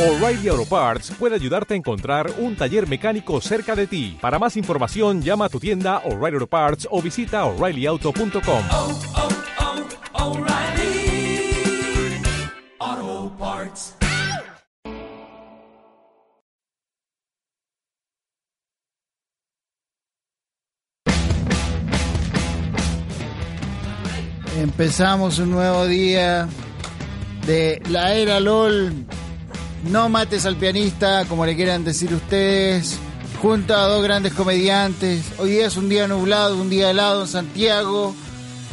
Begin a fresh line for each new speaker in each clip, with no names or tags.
O'Reilly Auto Parts puede ayudarte a encontrar un taller mecánico cerca de ti. Para más información, llama a tu tienda O'Reilly Auto Parts o visita oreillyauto.com.
oh, oh, O'Reilly. Auto Parts.
Empezamos un nuevo día de la era LOL. No mates al pianista, como le quieran decir ustedes. Junto a dos grandes comediantes. Hoy día es un día nublado, un día helado en Santiago.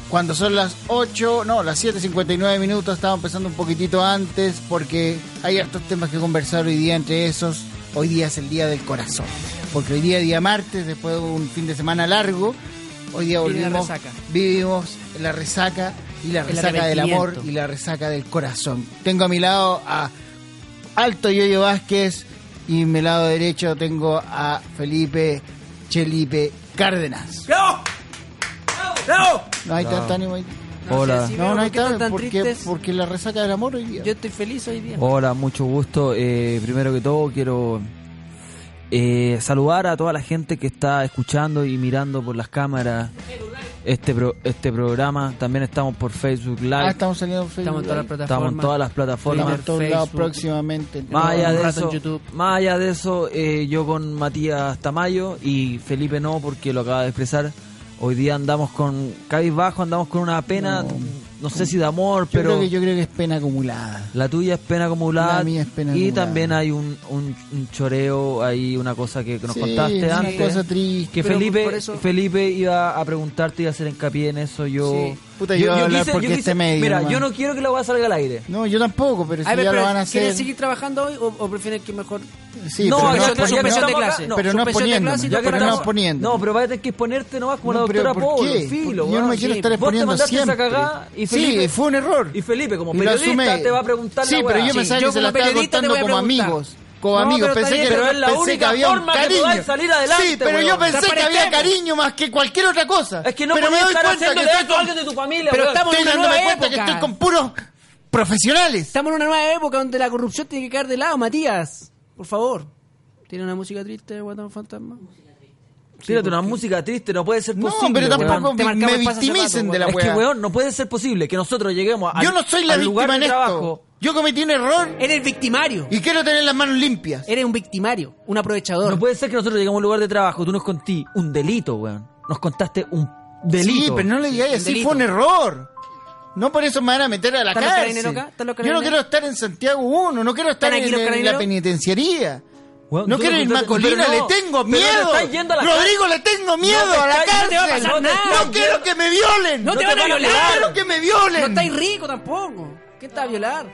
Cuando son las 8, no, las 7.59 minutos, estaba empezando un poquitito antes porque hay hartos temas que conversar hoy día entre esos. Hoy día es el día del corazón. Porque hoy día, día martes, después de un fin de semana largo, hoy día
Viene la
volvimos,
resaca.
vivimos la resaca y la
El
resaca del amor
arrepentimiento.
y la resaca del corazón. Tengo a mi lado a Alto Yoyo Vázquez y a mi lado derecho tengo a Felipe Chelipe Cárdenas.
¡Bravo! ¡Bravo!
No hay tanto ánimo ahí.
No
Hola.
sé si
No,
veo
no hay
por qué están
tanto,
tan
porque,
tristes.
porque la resaca del amor hoy día.
Yo estoy feliz hoy día.
Hola, mucho gusto. Eh, primero que todo quiero eh, saludar a toda la gente que está escuchando y mirando por las cámaras este pro- este programa. También estamos por Facebook Live.
ah, estamos saliendo en Facebook
Estamos en todas las
Live.
Estamos en
plataformas.
todas las
Estamos
plataformas.
en todos lados
Facebook.
próximamente.
Más allá
un
de
rato en
eso,
YouTube.
más allá de eso eh, yo con Matías Tamayo y Felipe no, porque lo acaba de expresar. Hoy día andamos con cabizbajo, andamos con una pena, no, sé si de amor,
Yo,
pero...
creo que, yo creo que es pena acumulada.
La tuya es pena acumulada.
La mía es pena
y
acumulada.
también hay un, un, un choreo, hay una cosa que nos
Sí,
contaste
una
antes.
cosa triste.
Que
Pero
Felipe,
por eso-
Felipe iba a preguntarte y a hacer hincapié en eso. Yo.
Sí.
Puta, yo voy a hablar porque este medio,
Mira,
nomás.
yo no quiero que la voy a salga al aire.
No, yo tampoco, pero si
A ver,
ya
pero
lo van a hacer.
¿Quieres seguir trabajando hoy o, o prefieres que mejor?
Sí,
No,
pero no,
ya-
pero
ya que
no-
estamos
de
acá,
clase.
no,
pero no
Suspensión de
exponiéndome,
clase
ya que
y todo
pero no
programa.
estamos-
exponiendo.
No, pero vas a tener que exponerte nomás como
No,
la
pero
doctora
¿por
Polo,
qué?
filo.
Yo no
weón,
me quiero
sí.
estar exponiendo
Vos te mandaste
siempre.
esa cagada y Felipe.
sí, Eh, fue un error.
Y Felipe, como
Y lo
periodista,
asumí.
te va a preguntar
Sí,
la
pero
weá.
yo pensaba
Sí, yo
que se la
como
estaba
periodista te
contando
voy a
como
preguntar.
amigos. Como
No,
amigos,
pero está
pensé
bien,
que,
pero es la
pensé
única
que había un
forma que
cariño.
podáis salir adelante,
sí, pero
weón.
yo pensé
Está
que había
pareciendo.
cariño más que cualquier otra cosa.
Es que no
pero me
podías
doy
estar
cuenta que
haciéndole
estoy
esto a
con-
alguien de tu familia,
Pero
weón.
estamos en
estoy
una
dándome
nueva
cuenta que
época.
estoy con puros profesionales.
Estamos en una nueva época donde la corrupción tiene que quedar de lado, Matías. Por favor. ¿Tiene una música triste, Guatán Fantasma?
Tírate una música triste, no puede ser
No,
posible.
pero
weón.
tampoco me,
Te marcamos
me
el paso hace
victimicen
rato,
de la
es que,
weá.
weón, no puede ser posible que nosotros lleguemos al,
Yo no soy la
al lugar
víctima en
de
esto.
trabajo.
Yo cometí un error
Eres victimario.
y quiero tener las manos limpias.
Eres un victimario, un aprovechador.
No puede ser que nosotros lleguemos a un lugar de trabajo. Tú nos contí un delito, weón. Nos contaste un delito.
Sí, pero no le digáis
Un
así,
delito.
fue un error. No por eso me van a meter a la
¿Están los
cárcel.
carabineros acá? ¿Están los
Yo no
carabineros?
quiero estar en Santiago 1, no quiero estar
¿Están aquí
en,
los
en la
carabineros?
penitenciaría.
Weón,
no
tú
quiero
nos
ir a
contaste-
Colina,
pero
le
no,
tengo
pero no
miedo.
estás yendo a la
Rodrigo, le tengo miedo
te
a la
estás-
cárcel.
no te va a pasar
No
nada.
quiero que me violen.
No te van a
No
violar.
quiero que me
No
violen.
estáis rico tampoco. ¿Qué está a violar?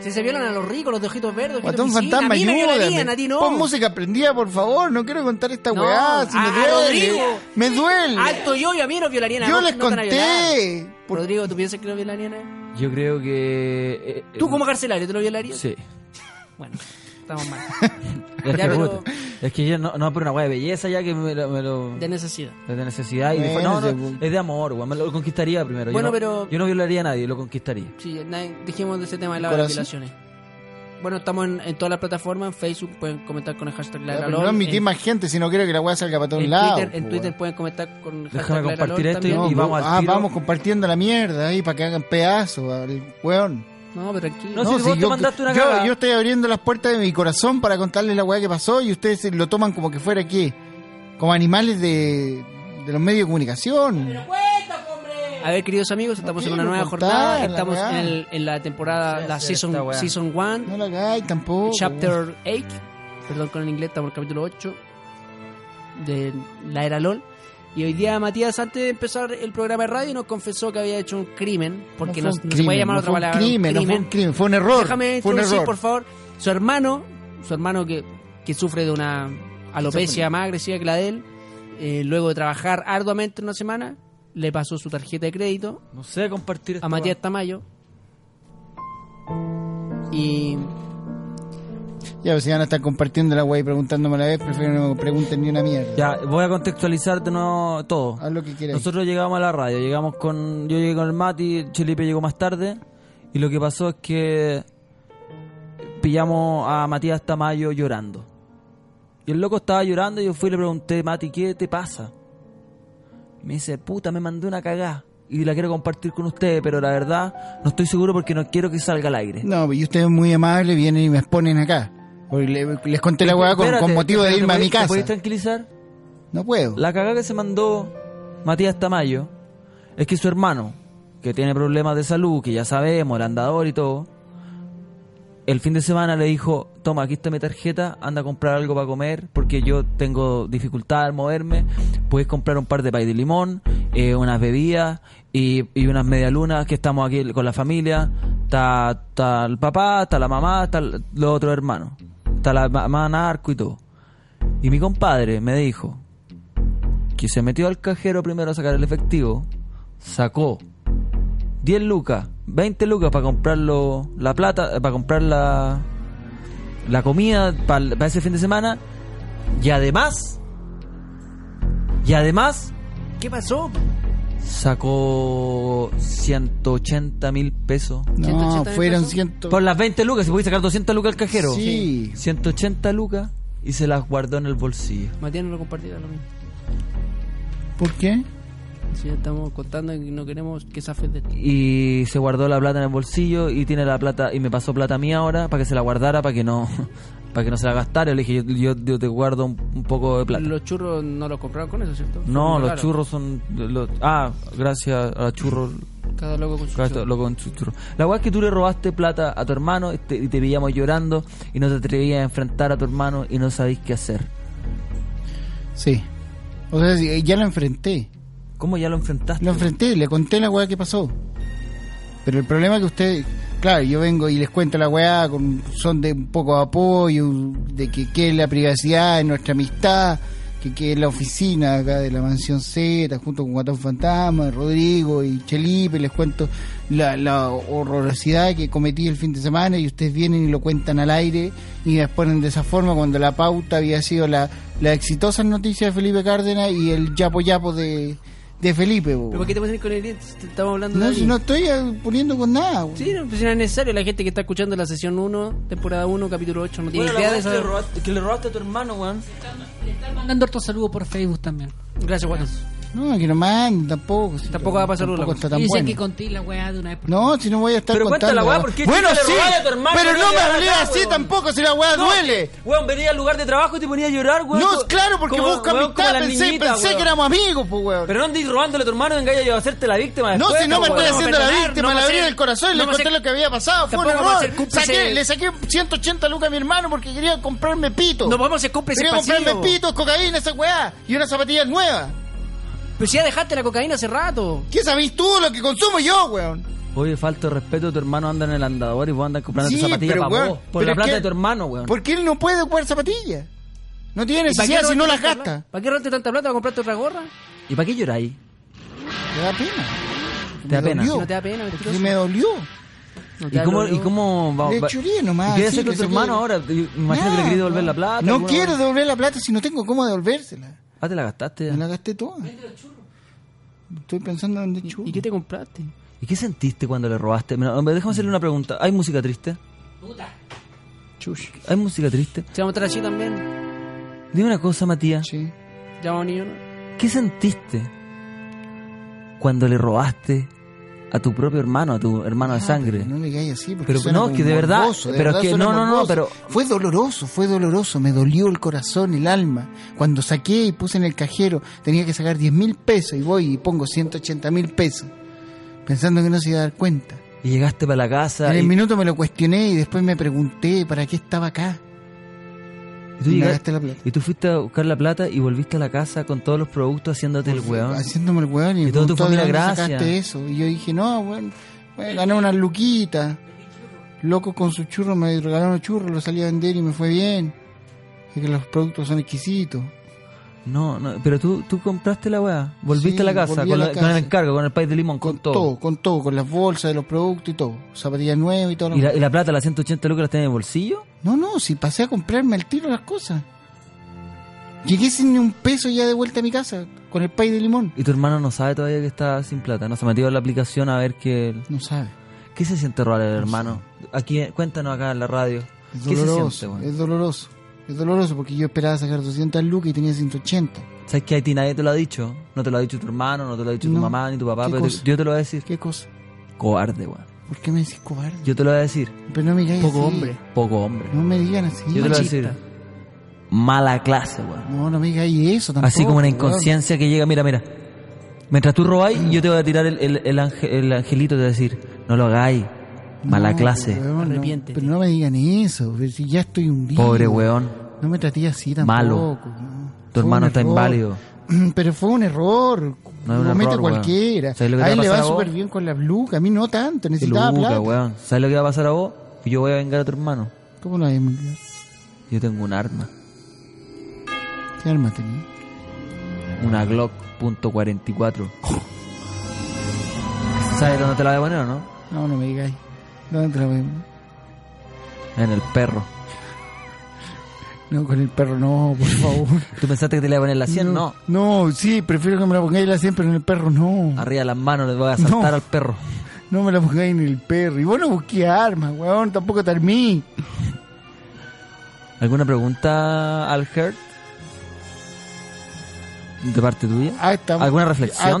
Si se violan a los ricos, los de ojitos verdes, ojitos
Guatón
piscina,
fantasma,
a mí me violarían,
ayúdame.
a ti no.
Pon música prendida, por favor. No quiero contar esta
No,
weá. Si me
a- a
duele.
Rodrigo.
Me duele.
Alto yo y a mí nos violarían. a
Mm. Yo
vos,
les
no te van a violar.
conté. Por-
Rodrigo, ¿tú piensas que nos violarían? a-
Yo creo que. eh, eh,
¿Tú como carcelario te lo violarías?
Sí.
Bueno, estamos mal.
Es
Ya,
que,
pero-
puta, es que yo no, no, pero una weá de belleza ya que me lo. me lo-
De necesidad.
es de necesidad y de-
Bueno, pues.
no, no,
según-
es de amor, weón. Me lo conquistaría primero.
Bueno,
yo no,
pero-
yo no violaría a nadie, lo conquistaría.
Sí, nadie- dejemos de ese tema de lado de las
Corazón.
violaciones. Bueno, estamos en, en todas las plataformas. En Facebook pueden comentar con el hashtag
Ya,
Ladra
pero
LOL,
no admití
en-
más gente si no quiero que la weá salga para todos
en
lados.
Twitter, en
po,
Twitter
pues, weón.
pueden comentar con el
Déjame
hashtag Ladra
compartir
LOL
esto y-
también.
y vamos al
ah,
tiro.
vamos compartiendo la mierda ahí para que hagan pedazos al weón.
No, pero tranquilo.
No, si vos te
yo,
mandaste una
yo-
cagada.
yo estoy abriendo las puertas de mi corazón para contarles la weá que pasó y ustedes se lo toman como que fuera qué, como animales de, de los medios de comunicación.
A ver, queridos amigos, estamos en una
quiero
nueva
contar,
jornada.
la
Estamos en,
weá.
el- en la temporada,
Sí,
la
sí,
season
esta weá.
1, season one,
No la cagáis tampoco.
chapter 8. Perdón con el inglés, estamos en el capítulo 8 de la era LOL. Y hoy día Matías, antes de empezar el programa de radio, nos confesó que había hecho un crimen, porque
fue un
no, no se puede
crimen,
llamar
no
otra
fue un
palabra.
Crimen, no fue un crimen, fue un error.
Déjame
fue un
introducir,
error.
por favor. Su hermano, su hermano que, que sufre de una alopecia más agresiva que la de él, eh, luego de trabajar arduamente una semana, le pasó su tarjeta de crédito
No sé compartir esta
a Matías
weá.
Tamayo. Y
Ya, pues, si van a estar compartiendo la weá y preguntándome a la vez, prefiero no me pregunten ni una mierda.
Ya, voy a contextualizar de nuevo todo.
Haz lo que quieras.
Nosotros llegamos a la radio, llegamos con. Yo llegué con el Mati, Chelipe llegó más tarde. Y lo que pasó es que. pi- pillamos a Matías Tamayo llorando. Y el loco estaba llorando y yo fui y le pregunté, Mati, ¿qué te pasa? Me dice, puta, me mandé una cagá y la quiero compartir con ustedes, pero la verdad no estoy seguro porque no quiero que salga al aire.
No, y ustedes muy amables vienen y me exponen acá. Porque le- les conté la hueá con,
Espérate,
con motivo de
espérate,
irme a
¿te
mi
podéis- ¿Te podéis
casa.
tranquilizar?
No puedo.
La cagada que se mandó Matías Tamayo es que su hermano, que tiene problemas de salud, que ya sabemos, el andador y todo, el fin de semana le dijo, toma, aquí está mi tarjeta, anda a comprar algo para comer, porque yo tengo dificultad al moverme, puedes comprar un par de pay de limón, eh, unas bebidas y, y unas medialunas que estamos aquí con la familia, está, está el papá, está la mamá, está el- los otros hermanos, está la mamá narco y todo. Y mi compadre me dijo, que se metió al cajero primero a sacar el efectivo, sacó 10 lucas, 20 lucas para comprarlo, la plata, eh, para comprar la, la comida para, ese fin de semana, y además, y además
¿Qué pasó?
sacó 180 mil pesos.
No,
180
fueron
pesos.
100.
Por las 20 lucas, se puede sacar 200 lucas al cajero.
Sí.
180 lucas y se las guardó en el bolsillo.
Matías no lo compartirá lo mismo.
¿Por qué?
Si ya estamos contando y no queremos que esa fe de ti.
y se guardó la plata en el bolsillo y tiene la plata y me pasó plata a mí ahora para que se la guardara para que no para que no se la gastara le dije yo, yo- yo te guardo un, un poco de plata
Los churros no los compraron con eso, ¿cierto?
no
Fueron
los
caros.
churros son los- ah gracias a los churros
Cada loco con su
cada esto-
churro.
lo con sus churros. la weá es que tú le robaste plata a tu hermano y te, y te pillamos llorando y no te atrevías a enfrentar a tu hermano y no sabéis qué hacer
Sí. O sea, sí, ya lo enfrenté.
¿cómo ya lo enfrentaste?
Lo enfrenté, le conté la weá que pasó. Pero el problema es que usted, claro, yo vengo y les cuento la weá con son de un poco de apoyo, de que qué es la privacidad de nuestra amistad, que qué es la oficina acá de la mansión Z, junto con Guatón Fantasma, Rodrigo y Chelipe, les cuento la, la horrorosidad que cometí el fin de semana y ustedes vienen y lo cuentan al aire y me exponen de esa forma cuando la pauta había sido la, la exitosa noticia de Felipe Cárdenas y el yapo yapo de, de Felipe. bo.
¿Pero por qué te pones con el diente? Si te Estamos hablando
No,
de
si
alguien.
no estoy eh, poniendo con nada. güey.
Sí, no, pues si no es necesario. La gente que está escuchando la sesión 1, temporada 1, capítulo 8, no tiene
Bueno, la
idea
weá
de
es que le
eso.
robaste- que le robaste a tu hermano weón
Están mandando harto saludo por Facebook también.
Gracias, Watts.
No, que no manda tampoco. si
Tampoco va a pasar
tampoco
loco.
está
Y
tan
dicen
bueno.
que conté la weá de una vez por
No, si no voy a estar
Pero cuenta
contando.
la weá,
weá.
¿por qué
bueno,
chucha le
sí,
robaste a tu hermano?
pero no
No le
me
hagas
hablé
nada,
así
weón.
tampoco, si la weá duele.
Weón, venía al lugar de trabajo y te ponía a llorar, weón.
No,
Co-
claro, porque
como-
busca
weón, como
amistad.
las
Pensé,
niñitas,
pensé
weón.
que éramos amigos, pues, weón.
Pero no andes robándole a tu hermano, venga yo a hacerte la víctima.
no,
después,
si no me
po,
estoy
weón.
haciendo la
perdonar,
víctima,
no va
le
a
abrí
ser-
el corazón y le
no va a
conté
ser-
lo que había pasado. Fue un
tampoco va a
error.
ser cómplice-
Saqué- le saqué 180 lucas a mi hermano porque quería comprarme pito.
No vamos a comprar ese
Quería comprarme
pasillo.
pitos, cocaína, esa weá. Y unas zapatillas nuevas.
Pero si ya dejaste la cocaína hace rato.
¿Qué sabís tú lo que consumo yo, weón?
Oye, falta de respeto, tu hermano anda en el andador y vos andas comprando
Sí,
tus zapatillas
pero,
para
weón,
vos. Por
pero
la
es
plata
que-
de tu hermano, weón.
Porque él no puede ocupar zapatillas. No tiene
¿Y para qué
necesidad si no
robaste
las
tanta plata?
gasta.
¿Para qué robaste tanta plata para comprarte otra gorra?
¿Y para qué lloráis?
Me da pena.
Te da
Me
pena.
dolió.
No te da pena, mentiroso.
Sí, me dolió.
No te
¿Y
da
cómo,
lo-
¿Y cómo va-
Le
va-
churé nomás,
¿Y ¿Qué
así,
haces
le
con tu
saqué-
hermano ahora? Yo- Imagino que le
Nada,
quería devolver
no.
la plata.
No
alguna-
quiero devolver la plata si no tengo cómo devolvérsela.
Ah, te la gastaste.
Me la gasté toda. Estoy pensando en de
¿Y qué te compraste?
¿Y qué sentiste cuando le robaste? Mira, déjame hacerle una pregunta. ¿Hay música triste?
Chush.
¿Hay música triste?
Se va a mostrar así también.
Dime una cosa, Matías.
Sí.
Ya vamos, niño. ¿no?
¿Qué sentiste cuando le robaste a tu propio hermano, a tu hermano de sangre?
Ah, No le caes así. Porque
Pero
suena
no,
como
que de verdad-
morboso,
pero es que
suena
no, no, no,
morboso.
pero-
Fue doloroso, fue doloroso. Me dolió el corazón, el alma. Cuando saqué y puse en el cajero, tenía que sacar 10 mil pesos y voy y pongo 180 mil pesos. Pensando que no se iba a dar cuenta.
Y llegaste para la casa.
en
Y,
el minuto me lo cuestioné y después me pregunté para qué estaba acá.
y tú
me
llegaste-
gasté la plata.
y tú fuiste a buscar la plata y volviste a la casa con todos los productos haciéndote el hueón.
Haciéndome el weón y,
Y
me
toda tu
preguntó, ¿de
familia,
dónde
gracias.
sacaste eso. Y yo dije, no, weón, weón, gané unas luquitas. Loco con su churro, me regalaron churros, los salí a vender y me fue bien. Es que los productos son exquisitos.
No, no, pero tú, tú compraste la hueá. Volviste
Sí,
a la casa,
volví a
con,
la
la-
casa.
con el encargo, con el país de limón, con,
Con todo.
todo.
con todo, con las bolsas de los productos y todo. Zapatillas nuevas y todo. lo
¿Y la, y la plata, las 180 lucas, las tenías en el bolsillo?
No, no, si pasé a comprarme al tiro las cosas. Llegué sin ni un peso ya de vuelta a mi casa, con el pay de limón.
Y tu hermano no sabe todavía que está sin plata. No se metió en la aplicación a ver qué,
No sabe.
qué se siente robar el hermano. Aquí, cuéntanos acá en la radio.
Es
¿Qué se
doloroso,
siente, weón?
es doloroso. Es doloroso porque yo esperaba sacar 200 lucas y tenía 180.
¿Sabes que a ti nadie te lo ha dicho? No te lo ha dicho tu hermano, no te lo ha dicho tu
No.
mamá ni tu papá,
¿Qué
pero te-
cosa?
yo te lo voy a decir.
¿Qué cosa?
Cobarde, weón.
¿Por qué me decís cobarde?
Yo te lo voy a decir.
Pero no me digáis
Poco
así.
hombre.
Poco hombre.
No me digan así.
Yo te lo voy a
Machista.
decir. Mala clase, weón.
No, no me digáis eso tampoco.
Así como una
weón.
inconsciencia que llega, mira, mira. Mientras tú robáis, yo te voy a tirar el, el, el ángel- el angelito te voy a decir, no lo hagáis. Mala
No,
clase.
weón, no.
Arrepiéntete.
pero no me digan eso. pero Si ya estoy hundido.
Pobre weón.
No me traté así tampoco.
Malo.
¿no?
Tu
Fue
hermano
un
está
error.
inválido.
Pero fue un error.
No es un
lo mete
error, weón.
cualquiera.
¿Sabes lo que te
a
va a
él le
pasar
va
a vos?
súper bien con las lucas. A mí no tanto.
Qué
Necesitaba
Luca,
plata.
weón. ¿Sabes lo que va a pasar a vos? Yo voy a vengar a tu hermano.
¿Cómo la vas a mangar?
Yo tengo un arma.
¿Qué arma tenía?
Una Glock .44. ¿Sabes dónde te la voy a poner o no?
No, no me digáis. ¿Dónde te la voy a poner?
En el perro.
No, con el perro no, por favor.
¿Tú pensaste que te la iba a poner en la 100? No.
No, sí, prefiero que me la pongáis en la 100, pero en el perro no.
Arriba de las manos le voy a saltar
No.
al perro.
No me la pongáis en el perro. Y vos no busqué armas, weón. Tampoco te armí.
¿Alguna pregunta al Hert? ¿De parte tuya?
Ah, está-
¿Alguna reflexión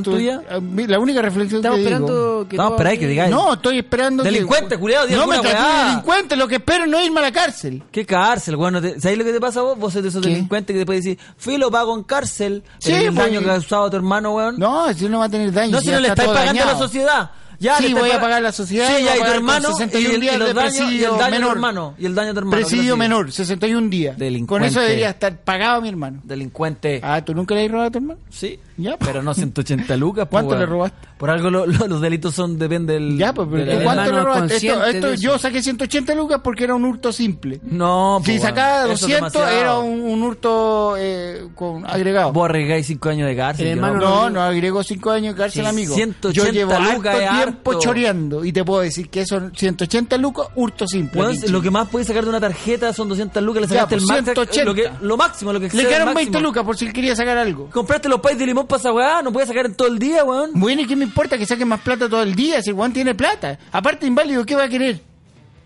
ah, tú-
tuya?
ah, mi- La única reflexión
Estamos
que
esperando que.
No,
tú
espera ahí que
hables.
digáis.
No, estoy esperando que-
Delincuente, culiao, di
No me
alguna
traté
weá.
de delincuente. Lo que espero es no irme a la cárcel.
¿Qué cárcel, weón? No te- ¿Sabes lo que te pasa a vos? Vos sos de esos
¿Qué?
delincuentes que te puedes decir, filo, pago en cárcel.
Sí,
por el
pues.
daño que ha causado a tu hermano, weón.
No, si no va a tener daño.
No, si
ya
no le
está
estáis
todo
pagando a la
dañado.
sociedad. Ya,
Sí,
le estáis
voy a
pag-
pagar la sociedad y
Sí,
voy a
ya, y tu
pagar con
hermano.
61
y el- y
días
los
de
daños- y
presidio
el daño de tu
menor.
hermano. Y el daño de tu hermano.
Presidio
Gracias.
menor, 61 días. Con
Delincuente.
eso debería estar pagado a mi hermano.
Delincuente.
Ah, ¿tú nunca le has robado a tu hermano?
Sí.
Ya, pues.
Pero no 180 lucas. pues,
¿Cuánto
weón.
le robaste?
Por algo lo- lo- los delitos son, depende del.
Ya, pues,
de la
pero
edad.
¿cuánto le
hermano
robaste? Esto,
consciente
esto-
de eso.
yo saqué 180 lucas porque era un hurto simple.
No,
si
pues, weón.
sacaba
Eso es
200
demasiado.
era un, un hurto eh, con agregado.
Vos arriesgáis 5 años de cárcel.
El
yo
hermano
Eh, no.
no, no agregó 5 años de cárcel,
Sí,
amigo.
180
yo llevo
lucas
harto
es
tiempo
harto.
choreando y te puedo decir que son 180 lucas, hurto simple.
Weón,
pinche.
lo que más puedes sacar de una tarjeta son 200 lucas, le
Ya,
sacaste
pues,
el máximo.
180.
Lo, que- lo máximo, lo que excede
Le
el
quedaron
máximo.
20 lucas por si él quería sacar algo.
Compraste los pais de limón para esa weá, no puedes sacar en todo el día, weón.
Bueno, ¿y qué me importa que saque más plata todo el día si el Juan tiene plata? Aparte, inválido, ¿qué va a querer?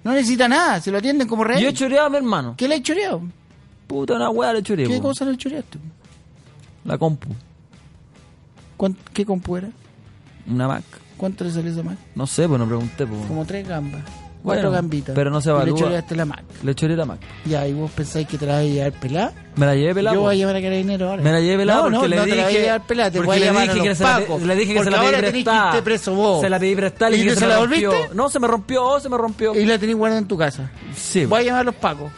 No necesita nada, se lo atienden como rey.
Yo he choreado a mi hermano.
¿Qué le ha choreado?
Puta una weá le choreo.
¿Qué
weón.
cosa le choreaste?
La compu.
¿Cuán- ¿Qué compu era?
Una Mac.
¿Cuánto le salió esa Mac?
No sé, pues no pregunté, pues.
Como tres gambas.
Bueno,
Cuatro gambitas.
pero no se
Y Le
evalúa.
choreaste la Mac.
Le choré la Mac.
Ya, y vos pensáis que te la vas a llevar pelada.
Me la llevé pues. pelada.
Yo
po.
voy a llevar a carabinero ahora.
Me la llevé pelada
no,
porque
no,
le
no
dije
te la voy a llevar pelada, te
porque
voy a
le
llevar
dije
a
que
los
se la,
pacos,
le dije que
porque
se la pedí
ahora tenés que
prestada.
irte preso vos.
Se la pedí prestada, le
¿Y
dije
no
que
se
se
la
rompió.
devolviste?
No, se me rompió, se me rompió.
Y la tenés guardada en tu casa.
Sí.
Voy a llamar a los pacos.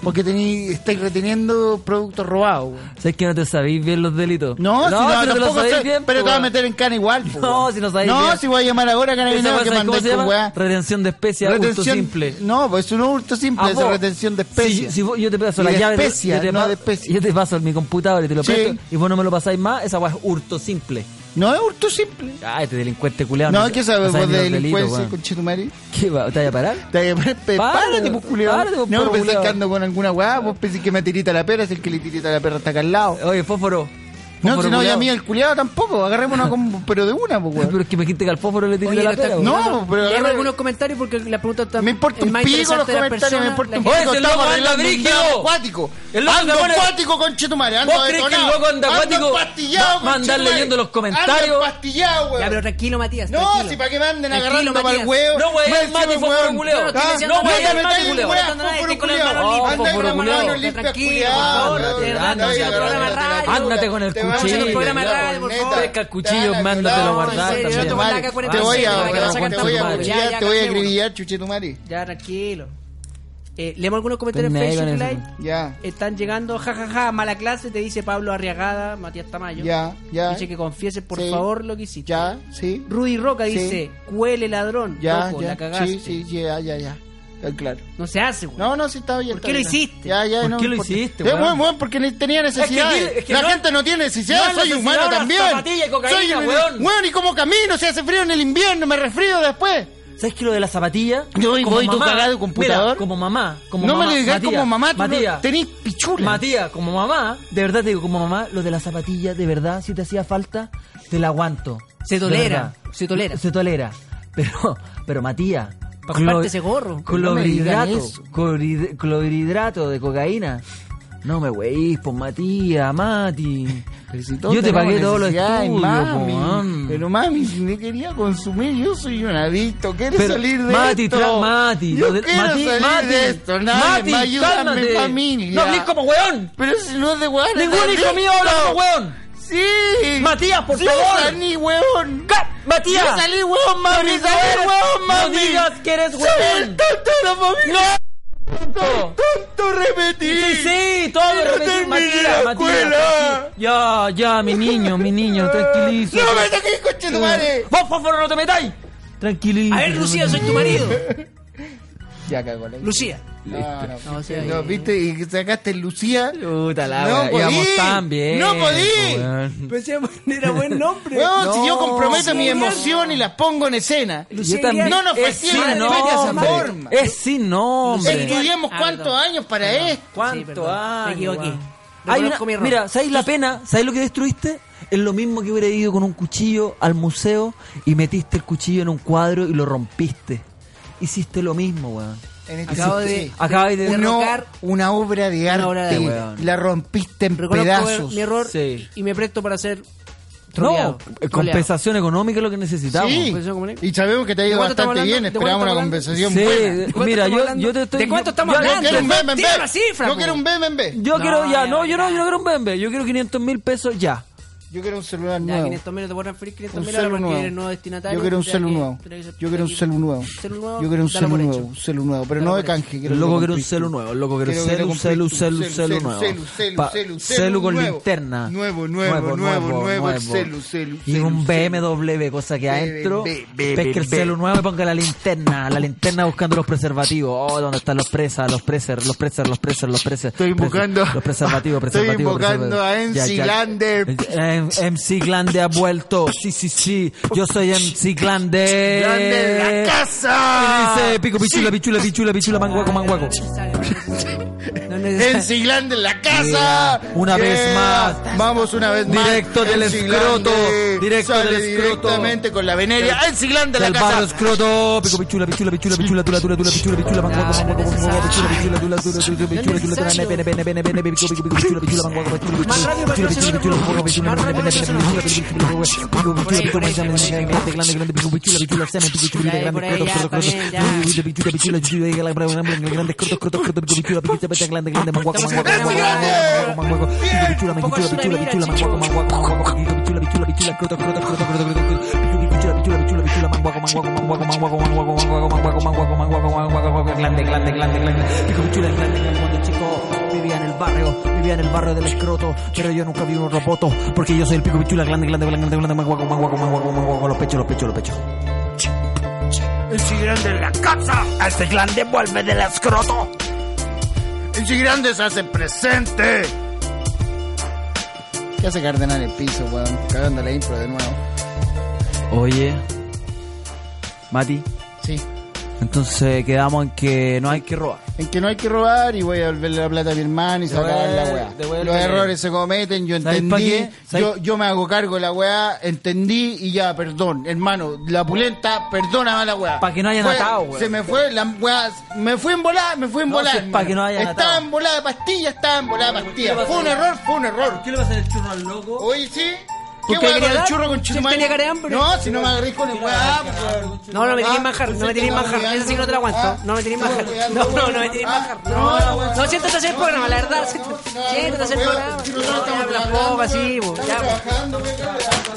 Porque tení, estáis reteniendo productos robados. güey.
¿Sabes que no te sabéis bien los delitos?
No, si no,
te lo
tampoco
sabéis
estoy-
bien,
pero
po,
te vas a
weón.
meter en cana igual. po,
No,
weón.
si no sabéis
No,
bien.
si voy a llamar ahora a
Esa
Carabineros
weá,
que
¿sabes
mandé
cómo se
con
llama?
weá.
Retención de especies, gusto simple.
No, pues es un hurto simple,
A
es
vos.
retención de especies.
Si, si vos- yo te paso
Y
la
de
llave.
especia,
yo, te
no
pa-
de especia.
yo te paso mi computador y te lo
Sí.
presto. Y vos no me lo pasáis más, esa weá es hurto simple.
No es hurto simple.
Ay, este delincuente culeado.
No, ¿qué sabes vos
ni
de
los delitos,
delincuencia,
weón.
conchetumare?
¿Qué va? ¿Te vas a parar?
Te voy a poner pe-
Párate,
Párate, pues,
po,
culiao.
párate, po,
No,
perro
pensás
culiao.
que ando con alguna weá, vos pensás que me tirita la perra, es el que le tirita la perra está acá al lado.
Oye, fósforo.
No,
Fósforo
si no, ya
culeado.
mí el culiado tampoco, agarrémonos como, pero de una, pues, weón.
Pero es que me dijiste que al fósforo le tiré
Oye,
la
lo está-
pera. weón.
No, pero
Leemos
agarra-
algunos comentarios porque la pregunta está.
Me importa
es
un
más
pico los
interesante de la
comentarios,
persona,
me importa
la
un pico.
gente-
Oye, ese
Estamos
loco anda
arreglando un
brígido.
tema acuático.
El loco
ando
se pone-
acuático, conchetumare. Ando
¿Vos crees que el
detonado.
loco anda acuático?
Ando empastillado,
Va a andar
conchetumare.
leyendo los comentarios.
Ando empastillado, weón.
Ya, pero tranquilo, Matías.
No,
tranquilo.
si para que me anden
Tranquilo,
agarrando para el
Matías.
huevo.
No, güey,
Me
el
encima,
Mati fue
weón. Ah,
culeo.
No, que
No,
le llama
güey, me
Mati, Mati,
estáis
culeo.
weá,
No, no,
fue
no,
por
que con
culiao.
las manos
Andá
limpias,
por
con las manos
culiao.
limpias, culiao,
Tranquilo, por favor,
weón.
no te-
Andá
ándate
y
al programa
agarrate la
radio.
cola.
Ándate con el
Te van a meter
cuchillo. Ándate al
programa
la
radio, por
corneta.
favor.
Pesca el cuchillo,
Te van a
mándate, lo
violar, en
guardás
serio,
también.
yo tomo
Te
la
voy a-
Te voy a
para que no sacan
te voy a
tanto,
acuchillar,
ya,
te voy a
ya,
acribillar, chuchetumare.
Ya, tranquilo. Eh, leemos algunos comentarios en
Estoy negro
Facebook
en
Live.
eso.
Ya,
Están llegando, jajaja, mala clase, te dice Pablo Arriagada, Matías Tamayo.
ya, ya.
Dice que confieses por
Sí.
favor lo que hiciste.
Ya, sí.
Rudy Roca
Sí.
dice, cuele ladrón,
Ya,
loco,
ya.
la cagaste.
Sí, sí, ya, ya, ya. Ya, Claro.
No se hace, güey.
No, no, sí estaba bien.
¿Por
estaba
qué lo
bien.
hiciste?
Ya, ya,
¿Por
no
qué lo
importa.
hiciste,
Es
weón?
bueno, bueno, porque ni- tenía necesidad.
Es que aquí- es que
la
no-
gente no tiene necesidad,
no es
soy
necesidad,
humano
ahora
también.
zapatilla y cocaína,
soy un-
weón.
Weón, ¿y cómo camino? Se hace frío en el invierno, me resfrío después.
¿Sabes que lo de la zapatilla?
Yo voy-
Como
voy tu
mamá-
cagada de computador.
Mira, como mamá. Como
no
mamá,
me lo digas
Matías,
como mamá, tú no,
Matías.
tenés pichula.
Matías, como mamá, de verdad te digo, como mamá, lo de la zapatilla, de verdad, si te hacía falta, te la aguanto.
Se
De
tolera,
verdad.
se tolera.
Se tolera. Pero, pero Matías,
Para comprarte ese gorro.
No me digan
Clorhidrato.
eso.
clorhid- Clorhidrato de cocaína. No me weís, pues Matías, Mati.
Pero si todos
Yo te
tenemos
pagué todos los
necesidades,
estudios,
mami.
po, man.
Pero mami, si me quería consumir, yo soy un adicto. Quiero
Pero,
salir de
Mati,
esto.
tra- Mati,
yo
lo de-
quiero
Mati,
salir
Mati,
de esto. Nadie
Mati,
me ayuda a mi
cálmate.
familia.
No hables como weón.
Pero si no es de weón.
Ningún hijo mío habla como weón.
Sí.
Matías, por
Yo
favor.
salí huevón.
Ca- Matías.
Yo salí huevón, mami.
digas-
salí huevón,
no
mami.
digas que eres
Soy el
huevón.
tonto de la familia.
tonto.
Tonto repetí.
Sí, sí, todo
Yo
lo repetí,
terminé la
Matías, Matías.
escuela.
Ya, ya, mi niño, mi niño, tranquilízate.
No me saqué coche tu madre.
¡Vos, fósforo, no te metáis! Tranquilízate.
A ver, Lucía, soy tu marido.
Ya cagó la
Lucía.
No, no,
No, sí,
no,
ahí.
viste, y sacaste Lucía.
Puta la
No
wea, íbamos
podí.
tan bien.
No podí.
po, weón.
Pensé era buen nombre.
Weón, si yo
No,
comprometo
sí,
mi
bien.
emoción y las pongo en escena.
Yo también.
No nos
es
fascina,
sin
no vayas a forma.
nombre. Es sin nombre.
Estudia-
Estudiamos
Ah,
cuántos
perdón.
años para esto.
Sí,
¿Cuánto
perdón,
años,
me equivoqué.
weón? Hay
Reconozco
una-
mi error.
mira, ¿sabéis la pena? ¿Sabéis lo que destruiste? Es lo mismo que hubiera ido con un cuchillo al museo y metiste el cuchillo en un cuadro y lo rompiste. Hiciste lo mismo, weón.
En este
Acabo de,
sentido.
Acabáis de-
Uno-
derrocar.
una obra de arte.
obra de arte,
weón.
la rompiste en
Reconozco
pedazos.
mi error
Sí.
y me presto para ser
No,
troleado.
eh,
troleado.
compensación económica es lo que necesitamos.
Sí.
Pues yo como-
Y sabemos que te ha ido
¿De cuánto
bastante
estamos
bien.
hablando? ¿De cuánto
Esperamos una
estamos
conversación
Sí,
buena.
eh, Mira,
estamos
yo,
hablando?
yo te estoy.
¿De cuánto estamos
yo- yo-
Yo
hablando?
quiero un
Tira
BMB.
la cifra,
yo
po.
quiero un BMB.
Yo
No,
quiero ya,
ya,
no,
ya.
yo no, yo no quiero un bembe, yo quiero 500 mil pesos ya.
Yo quiero un celular
Ya,
nuevo.
500 mil te pueden transferir 500
Un
mil
celu
ahora porque
nuevo.
eres nuevo destinatario.
Yo quiero un
tendrás
celu
que-
nuevo.
tendrás que-
Yo quiero un
tendrás
celu nuevo.
que- celu nuevo,
Yo quiero un
dalo
celu
por
nuevo.
hecho.
Un celu nuevo. Pero no de canje.
El loco quiere un celu nuevo, el loco quiere
Quiero
un
que
celu,
lo
celu,
compré tú.
celu, celu nuevo.
Celu, celu,
Pa-
celu,
celu con
nuevo.
linterna.
Nuevo, nuevo, nuevo, nuevo, celu, celu,
Y
celu, celu.
un BMW, cosa que adentro
B- B-
pesque el
B-
celu nuevo y ponga la linterna, la linterna buscando los preservativos. Oh, ¿dónde están los presas, los presers, los presers, los presers, los presers?
Estoy invocando-
Los preservativos,
Estoy
preservativos.
invocando a
preservativos. Ya,
MC
ya.
Glander.
Em- MC Glande ha vuelto. Sí, sí, sí. Yo soy MC Glande.
¡Grande en la casa!
Y dice pico, pichula, pichula, pichula, pichula, manguaco, manguaco.
No es necesario.
En Siglande en la casa.
Yeah. Una vez más.
Vamos una vez más.
Directo del
En Siglande
escroto. Directo
sale
del escroto.
Directamente con la veneria. En Siglande en
Del
la
barrio
casa.
escroto, pico pichula, pichula, pichula, pichula, tula, tula, tula, pichula, pichula, manguaco, manguaco, manguaco, pichula, pichula, tula, tula, tula, pichula, tula, tula, pene, pene, pene, pene, pico, pico, pico, pichula, pichula, manguaco, pichula, pichula, pichula, pichula, pichula, manguaco, pichula, pichula, pene, pene, pene, pico, pico, pico, pico, pichula, pico, manzana, manzana, grande, grande, grande, pico, pichula, pichula, semen, pico, pichula, grande, escroto, escroto, escroto, pichula, pichula, pichula, pichula, grande, grande, grande, escroto, escroto, escroto, pico, pichula, pico, pichula, grande, grande, manguaco, manguaco, manguaco, manguaco, pico, pichula, manguichula, pichula, pichula, manguaco, manguaco, manguaco, pico, pichula, pichula, pichula, escroto, escroto, escroto, escroto, escroto, escroto, pico, pichula, pichula, pichula, pichula, manguaco, manguaco, manguaco, manguaco, manguaco, manguaco, manguaco, manguaco, manguaco, manguaco, glande, glande, glande, glande. Pico pichula, glande, glande, cuando chico vivía en el barrio, vivía en el barrio del escroto, pero yo nunca vi un roboto, porque yo soy el pico pichula, glande, glande, glande, glande, manguaco, manguaco, manguaco, manguaco, los pechos, los pechos, los pechos.
En Siglande se hace presente. Ya se cardenal el piso, weón. Cagando la impro de nuevo.
Oye, Mati,
Sí.
entonces quedamos en que no hay que robar.
En que no hay que robar y voy a devolverle la plata a mi hermano y se va a acabar la weá.
Devuelve-
Los errores se cometen, yo
¿Sabes pa'
entendí,
qué? ¿Sabes?
yo, yo me hago cargo de la weá, entendí y ya, perdón, hermano, la pulenta, perdóname a la weá.
Pa' que no hayan
Fue-
atado, weón.
Se me fue la weá, me fui en volada, me fui en
No,
volada.
si es pa' que no hayan
estaba
atado.
en volada de pastilla, estaba en volada de pastilla.
¿Qué le
Fue un
pasa?
error, fue un error.
le vas a hacer churro al loco?
Hoy sí.
¿Por qué
weá
le quería
con el
dar?
churro con
Si
chino
tenía
maíz?
cara de hambre.
No, si no me agarré con el weá,
No, no me tiréis
Ah,
manjar, no me
entonces
tiréis
te va
manjar,
olvidando.
esa sí que no te la
Ah,
aguanto, no me tiréis
te va
manjar,
olvidando,
no, no, no
weón.
me tiréis
Ah,
manjar,
no,
no,
weón.
no, siéntate a hacer el programa, la verdad, siéntate a hacer el programa, no hablas poco así, bo, ya, bo.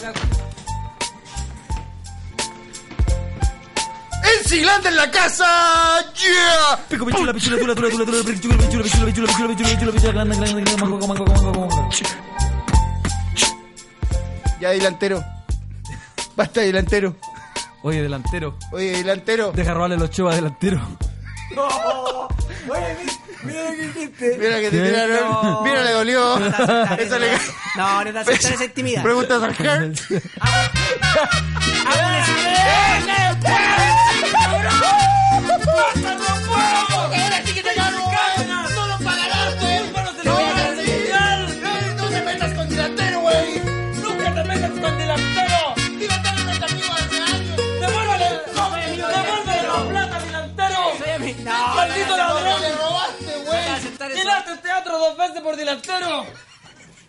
Ensilante en la casa, yeah.
Pico, pichula, pichula, tula, tula, tula, tula, pichula, pichula, pichula, pichula, pichula, pichula, pichula, pichula, glande, glande, glande, mango, mango, mango, mango.
Ya delantero, basta delantero,
Oye, delantero,
oye delantero,
deja robarle los chivas delantero.
mira que te
¿Qué?
tiraron, mira le dolió, eso le
No, no te aceptar esa intimidad.
preguntas al Hart.
¡Devuélvele! ¡Devuélvele la plata, ¡Terminaste el teatro dos veces por delantero!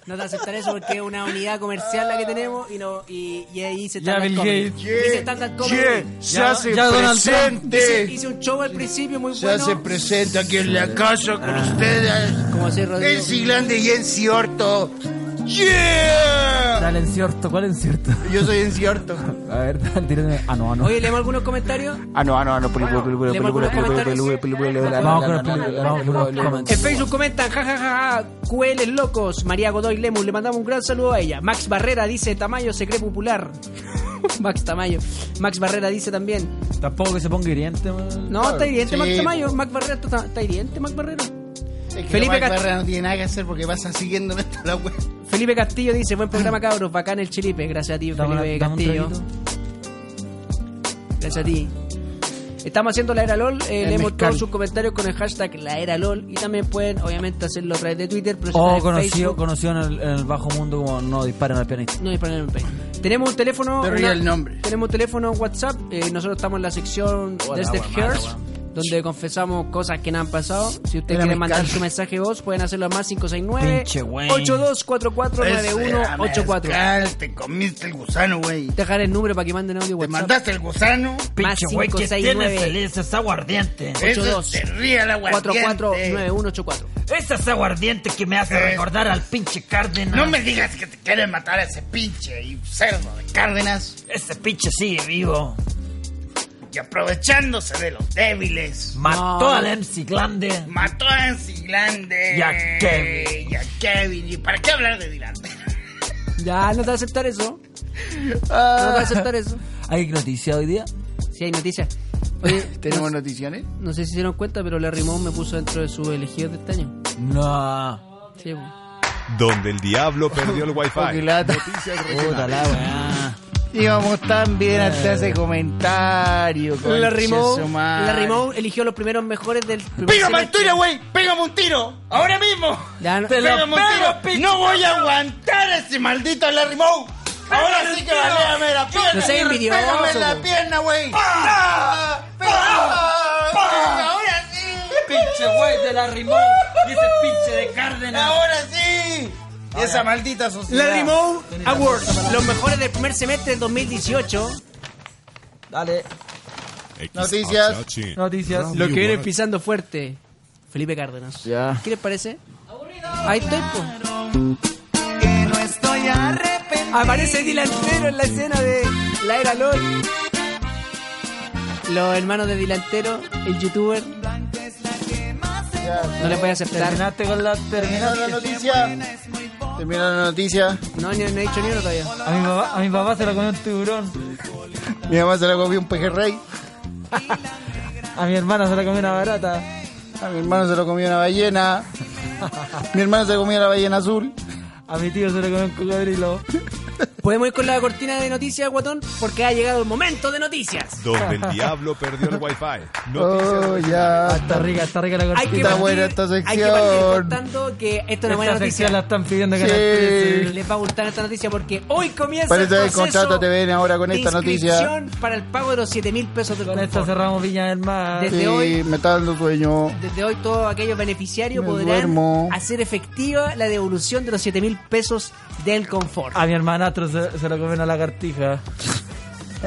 No te aceptaré eso porque es una unidad comercial la que tenemos y, no, y, y ahí se
Ya,
está
Bill
comedy.
Gates.
Y se stand-up comedy.
se
Ya-
hace
ya Donald Trump
Hice,
presente.
hice un show al principio muy
Se
bueno.
hace presente aquí en la casa con ustedes.
Como así, Rodrigo.
El Siglande y Enci Orto. ¡Yeah!
Dale encierto, ¿cuál encierto?
Yo soy Enci Orto.
A ver, dale, tírame. Ah, no, ah, no.
Oye, leemos algunos comentarios.
Ah, no, ah, no, ah, no. Pelu, pelu, pelu,
¿leemos
pelu,
algunos
pelu, pelu,
comentarios?
pelu, pelu, pelu, pelu, Vamos con el pelu, vamos con los
En
comments.
Facebook comentan, jajajaja, QLs locos. María Godoy Lemus, le mandamos un gran saludo a ella. Max Barrera dice, Tamayo se cree popular. Max Tamayo. Max Barrera dice también.
Tampoco que se ponga hiriente, man.
No, está hiriente
sí.
Max Tamayo. Max Barrera está, está hiriente, Max Barrera. Felipe
Felipe
Cast-
Carrera no tiene nada que hacer porque pasa siguiéndome hasta la web.
Felipe Castillo dice, buen programa cabros, bacán el chilipe. Gracias a ti,
Dame
Felipe
una- dame un
Castillo.
traguito.
Gracias a ti. Estamos haciendo la era LOL, eh, leemos
mezcal.
todos sus comentarios con el hashtag la era LOL y también pueden obviamente hacerlo a través de Twitter, pero eso
O
está en
Oh, conocido,
Facebook.
conocido en el, en el bajo mundo como no disparen al pianista.
No hay problema en Facebook. Tenemos un teléfono.
Pero
una-
ya el nombre.
Tenemos un teléfono WhatsApp. eh, nosotros estamos en la sección Desde Hearst, donde confesamos cosas que no han pasado. Si ustedes
Era
quieren
mezcal.
mandar su mensaje voz, pueden hacerlo a más 569
Pinche güey.
82449184.
Mezcal, Te comiste el gusano, güey.
Dejar el número para que manden audio
Te
WhatsApp.
mandaste el gusano.
Más 569
es aguardiente.
Eso
82.
te ría la guardiente.
449184.
Esa es aguardiente que me hace recordar al pinche Cárdenas.
No me digas que te quieren matar a ese pinche y cerdo de Cárdenas
Este
Ese pinche sigue vivo.
y aprovechándose de los débiles.
Mató al
MC Glande.
Mató a Ensiglande.
Y a Kevin.
Y a Kevin. ¿Y para qué hablar de Dylan?
Ya, no te va a aceptar eso.
Ah.
No te va a aceptar eso.
¿Hay noticia hoy día?
Si hay noticias. Oye, no-
noticias?
No sé si se dieron cuenta, pero Larry Moon me puso dentro de sus elegidos de este año.
No.
Sí, pues. po.
Donde el diablo perdió el wifi.
Puta la weá.
Íbamos tan bien hasta ese comentario.
La rimó,
conche su madre.
la rimó, eligió los primeros mejores del primer
¡Pégame un
semestre.
tiro, güey! ¡Pégame un tiro! ¡Ahora mismo!
Ya, no-
Ah, ¡Pégame un tiro! ¡No voy a aguantar a ese maldito Larry Moe! ¡Ahora sí que valéame la pierna!
No seas envidioso,
¡Pégame la
güey.
pierna, güey! ¡Ah! ¡Ah! ¡Ahora sí!
Pinche güey de la rimón. Y ese pinche de Cárdenas.
¡Ahora sí! Y esa maldita sociedad.
Larry Moe Awards, los mejores del primer semestre del 2018.
Dale.
Noticias.
ah,
Noticias.
Lo que viene pisando fuerte, Felipe Cárdenas. ¿Qué les parece? Ahí estoy, po. Aparece Dylan Tero en la escena de La Era LOL. Los hermanos de Dilantero, el youtuber. No le voy a aceptar.
Terminaste con la
Terminó la
terminaste.
noticia. Terminó la noticia.
No, ni- no he dicho ni uno todavía.
A mi papá, a mi papá se lo comió un tiburón.
Mi mamá se la comió un pejerrey.
A mi hermana se la comió una barata.
A mi hermano se lo comió una ballena. Mi hermano se comió la ballena azul.
A mi tío se lo comió un cocodrilo.
Podemos ir con la cortina de noticias, guatón, porque ha llegado el momento de noticias.
Donde el diablo perdió el wifi.
Oh, ya.
Está rica, está rica la
Hay que
cortina.
Está buena esta
Hay que partir
sección.
contando que esto es una
Esta
buena
sección
noticia.
la están pidiendo que
Sí.
la expresen.
Les va a gustar esta noticia porque hoy comienza
Parece
el
que
proceso
contrata TVN ahora con
de
esta noticia.
inscripción para el pago de los 7 mil pesos del
Con esta
confort.
cerramos Viña del Mar.
Desde
Sí,
hoy-
me está dando sueño.
Desde hoy todos aquellos beneficiarios
Me
podrán
duermo.
hacer efectiva la devolución de los 7 mil pesos del confort.
A mi hermanastro se, se lo comió una lagartija.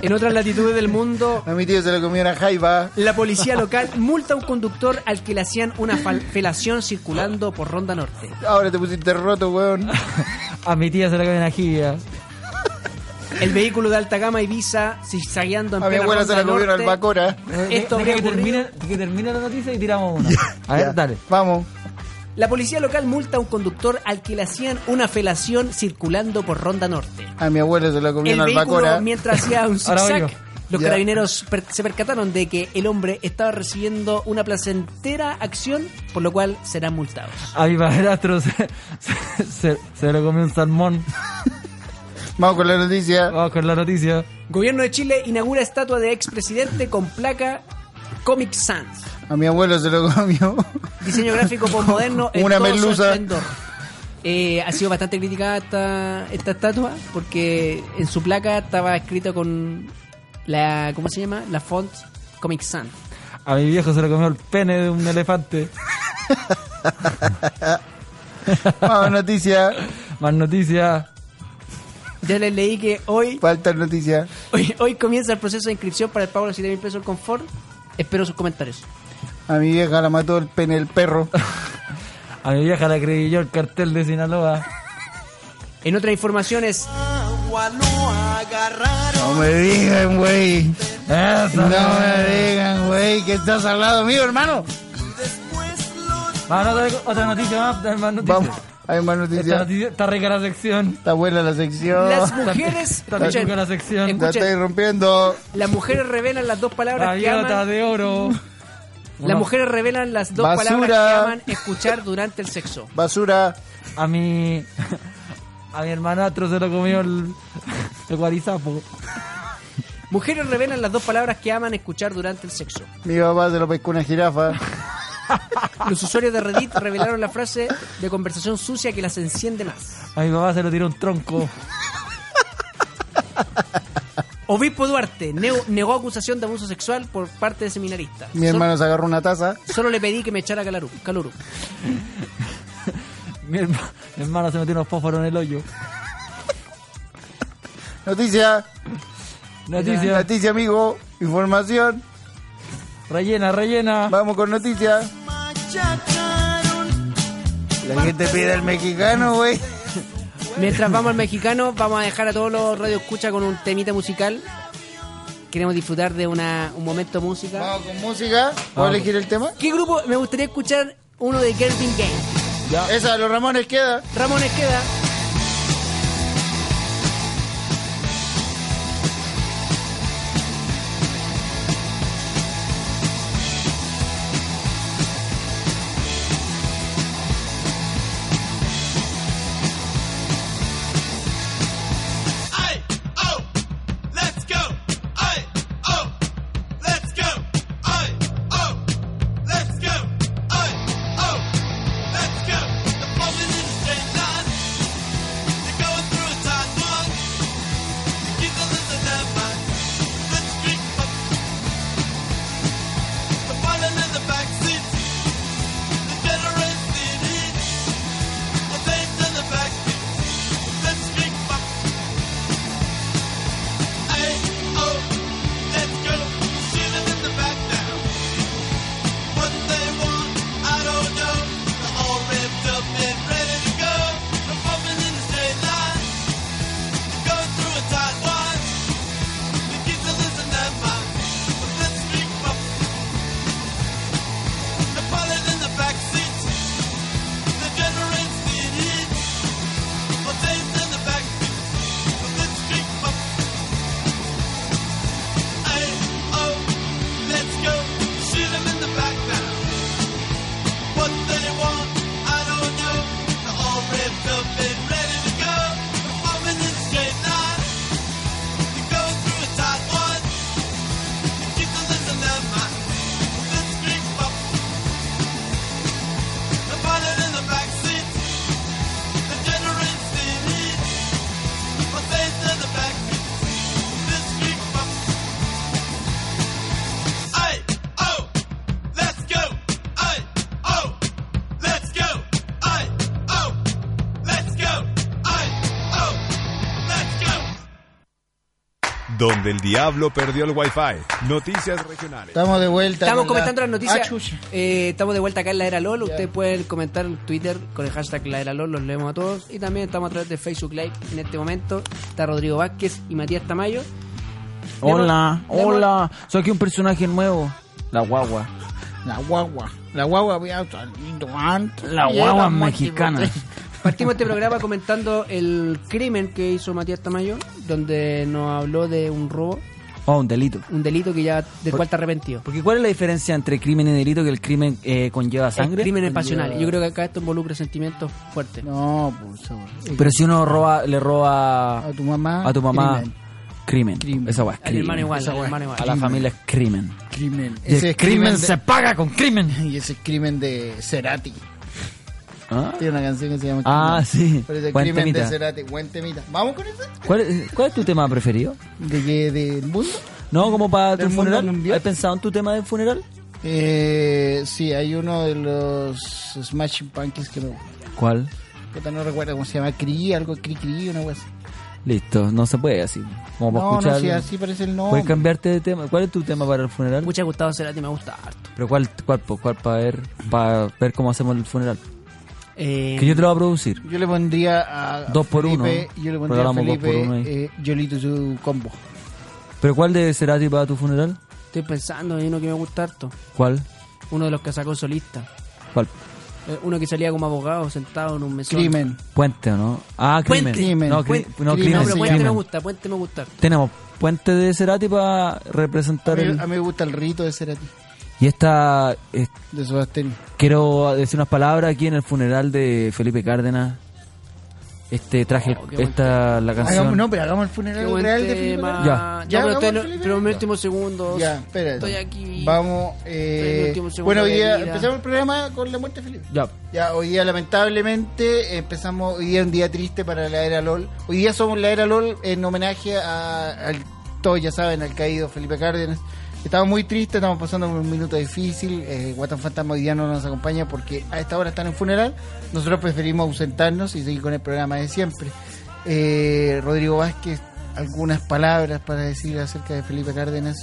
En otras latitudes del mundo,
A mi tío se lo comió una jaiba.
la policía local multa a un conductor al que le hacían una fal- felación circulando por Ronda Norte.
Ahora te pusiste roto, weón.
A mi tía se lo comió una jibia.
El vehículo de alta gama Ibiza zigzagueando en
A mi
plena
abuela se
Ronda
la comió una
Norte.
albacora.
Esto
Eh, Deja
habría
que
ocurrido.
termine, que termine la noticia y tiramos una. A ver,
Ya,
dale.
Vamos.
La policía local multa a un conductor al que le hacían una felación circulando por Ronda Norte.
A mi abuela se la comió
El
una
vehículo,
albacora.
mientras hacía un
Ahora voy
zigzag,
yo.
los
¿eh? Ya.
carabineros per- se percataron de que el hombre estaba recibiendo una placentera acción, por lo cual serán multados.
A mi padrastro se, se, se- se lo comió un salmón.
Vamos con la noticia.
Vamos con la noticia.
Gobierno de Chile inaugura estatua de expresidente con placa Comic Sans.
A mi abuelo se lo comió.
Diseño gráfico postmoderno en
Una
todo su
merluza.
esplendor. Eh, ha sido bastante criticada esta, esta estatua porque en su placa estaba escrito con la ¿cómo se llama? La font Comic Sans.
A mi viejo se lo comió el pene de un elefante.
Vamos, noticias.
Más noticias.
Ya les leí que hoy,
Faltan noticias.
hoy, hoy comienza el proceso de inscripción para el pago de los 7 mil pesos del confort. Espero sus comentarios.
A mi vieja la mató el pene el perro.
A mi vieja la creí yo el cartel de Sinaloa.
En otras informaciones,
No me digan, güey. No
Eso.
me digan, güey, que estás al lado mío, hermano.
Vamos, otra, otra noticia más. Más noticias.
Vamos, hay más
Esta
noticias.
noticia- está rica la sección.
Está buena la sección.
las mujeres.
Está rica
escuchen,
la sección.
La estáis rompiendo.
las mujeres revelan las dos palabras que
Gaviota
aman.
de oro.
Las
Una-
mujeres revelan las dos palabras que
Basura.
aman escuchar durante el sexo.
Basura.
A mi. A mi hermanastro se lo comió el. El guarizapo.
Mujeres revelan las dos palabras que aman escuchar durante el sexo.
Mi papá se lo pescó una jirafa.
Los usuarios de Reddit revelaron la frase de conversación sucia que las enciende más.
A mi papá se lo tiró un tronco.
Obispo Duarte neo- negó acusación de abuso sexual por parte de seminarista.
Mi
Sol-
hermano se agarró una taza.
Solo le pedí que me echara caluru. caluru.
Mi, herma- mi hermana se metió unos fósforos en el hoyo.
Noticia.
Noticia.
Noticia, amigo. Información.
Rellena, rellena.
Vamos con noticias. La gente pide al mexicano, güey.
Mientras vamos al mexicano, vamos a dejar a todos los radioescuchas con un temita musical. Queremos disfrutar de una, un momento de música.
Vamos con música. ¿Puedo
Vamos.
elegir el tema?
¿Qué grupo? Me gustaría escuchar uno de Gervin Game.
Esa de los Ramones queda.
Ramón Esqueda.
Ay, oh, let's go. Ay, oh, let's go. Ay, oh, let's go. Ay, oh, let's go. They're falling in a straight line. They're going through a tight one. You keep them in their mind. Let's drink up. They're falling in the back seat. The generous CD. The things in the back seat. Let's drink up. Hey, oh, let's go. Shooting in the back now. What they want, I don't know. They're all ripped up and ready to go. They're bumping in the straight line. They're going through a tight one. The kids are losing their mind. But let's drink up. They're falling in the back seat. The generates the heat. Well, they's in the back seat. But let's drink up. Hey, oh, let's go. Shoot 'em in the back now. What they want, I don't know. They're all ripped up and ready to go. They're forming in a straight line. They're going through a tight one. The kids are losing their mind. Let's drink pop. The pilot in the back seat. The generates the heat. My face in the back. Let's drink pop. Ay, oh, let's go. Ay, oh, let's go. Ay, oh, let's go. Ay, oh, let's go.
Donde el diablo perdió el wifi. Noticias regionales.
Estamos de vuelta.
Estamos
con la-
comentando las
Ah,
noticias.
chucha.
Eh, estamos de vuelta acá en la era LOL. Ustedes pueden comentar en Twitter con el hashtag la era LOL. Los leemos a todos. Y también estamos a través de Facebook Live en este momento. Está Rodrigo Vázquez y Matías Tamayo.
Hola,
Demo-
hola. Soy aquí un personaje nuevo. La guagua.
La guagua. La guagua voy a
La guagua mexicana.
Partimos este programa comentando el crimen que hizo Matías Tamayo, donde nos habló de un robo,
Oh, un delito.
un delito que ya del cual está arrepentido.
Porque ¿cuál es la diferencia entre crimen y delito? Que el crimen eh, conlleva
El
sangre.
crimen es pasional. Yo creo que acá esto involucra sentimientos fuertes.
No, pues. eh,
Pero si uno roba, le roba
A tu mamá.
a tu mamá,
Ah, crimen.
crimen.
Crimen.
Esa weá es
Al
crimen.
hermano igual, al hermano
A la
igual.
familia es crimen.
Crimen.
Y
Ese
el crimen
crimen.
se
de-
paga con crimen.
Y ese crimen de Cerati.
¿Ah?
Tiene una canción que se llama.
Ah, sí.
Pero ese
Buen
crimen de
temita.
Cerati. Buen temita. ¿Vamos con ese?
¿Cuál, es- cuál es tu tema preferido?
¿De qué? ¿Del mundo?
No, como para tu
¿Del mundo
funeral.
mundial?
¿Has pensado en tu tema del funeral?
Eh, sí, hay uno de los Smashing Pumpkins que me gusta.
¿Cuál?
Puta, no recuerdo cómo se llama. Cri, algo Cri Cri, una cosa.
Listo, no se puede así. Como para
No, no,
escuchar.
sí, así parece el nombre.
Puedes cambiarte de tema. ¿Cuál es tu tema para el funeral?
Mucha Gustavo Cerati me gusta harto.
Pero cuál, cuál, po? cuál para ver, para ver cómo hacemos el funeral.
Eh,
Que yo te lo voy a producir.
Yo le pondría a.
Dos por
Felipe,
uno.
Yo le pondría a
Regalamos dos por
Felipe
uno ahí.
eh, Yolito su combo.
Pero cuál de Cerati para tu funeral?
Estoy pensando en uno que me gusta harto.
¿Cuál?
Uno de los que sacó solista.
¿Cuál?
Eh, Uno que salía como abogado sentado en un mesón.
Crimen.
Puente o no? Ah, crimen.
Puente.
Crimen.
No, cri-
Puente.
no,
Crimen,
crimen.
No, pero
se
Puente me
crimen.
gusta, Puente me gusta. harto.
Tenemos puente de Cerati para
A
representar
mí,
el...
a mí me gusta el rito de ser a ti,
Y esta... eh,
de Sebastián.
quiero decir unas palabras aquí en el funeral de Felipe Cárdenas. Este traje,
Oh, qué buen
esta la
Hagamos,
canción.
no, pero hagamos el
Qué
funeral
buen
real de Felipe.
tema.
Calderón.
Ya.
No,
Ya,
pero, estoy en
hagamos
lo- pero en
Felipe
mis
Calderón.
últimos segundos.
Ya, espérate.
Estoy aquí.
Vamos.
en el
Eh,
último segundo
bueno, hoy
de
día
vida.
empezamos el programa con la muerte de Felipe.
Ya.
Ya, hoy día lamentablemente empezamos, hoy día es un día triste para la era LOL. Hoy día somos la era LOL en homenaje a, al, todos ya saben, al caído Felipe Cárdenas. Estamos muy tristes, estamos pasando por un minuto difícil. Eh, Guatán Fantasma hoy día no nos acompaña porque a esta hora están en funeral. Nosotros preferimos ausentarnos y seguir con el programa de siempre. Eh, Rodrigo Vázquez, algunas palabras para decir acerca de Felipe Cárdenas.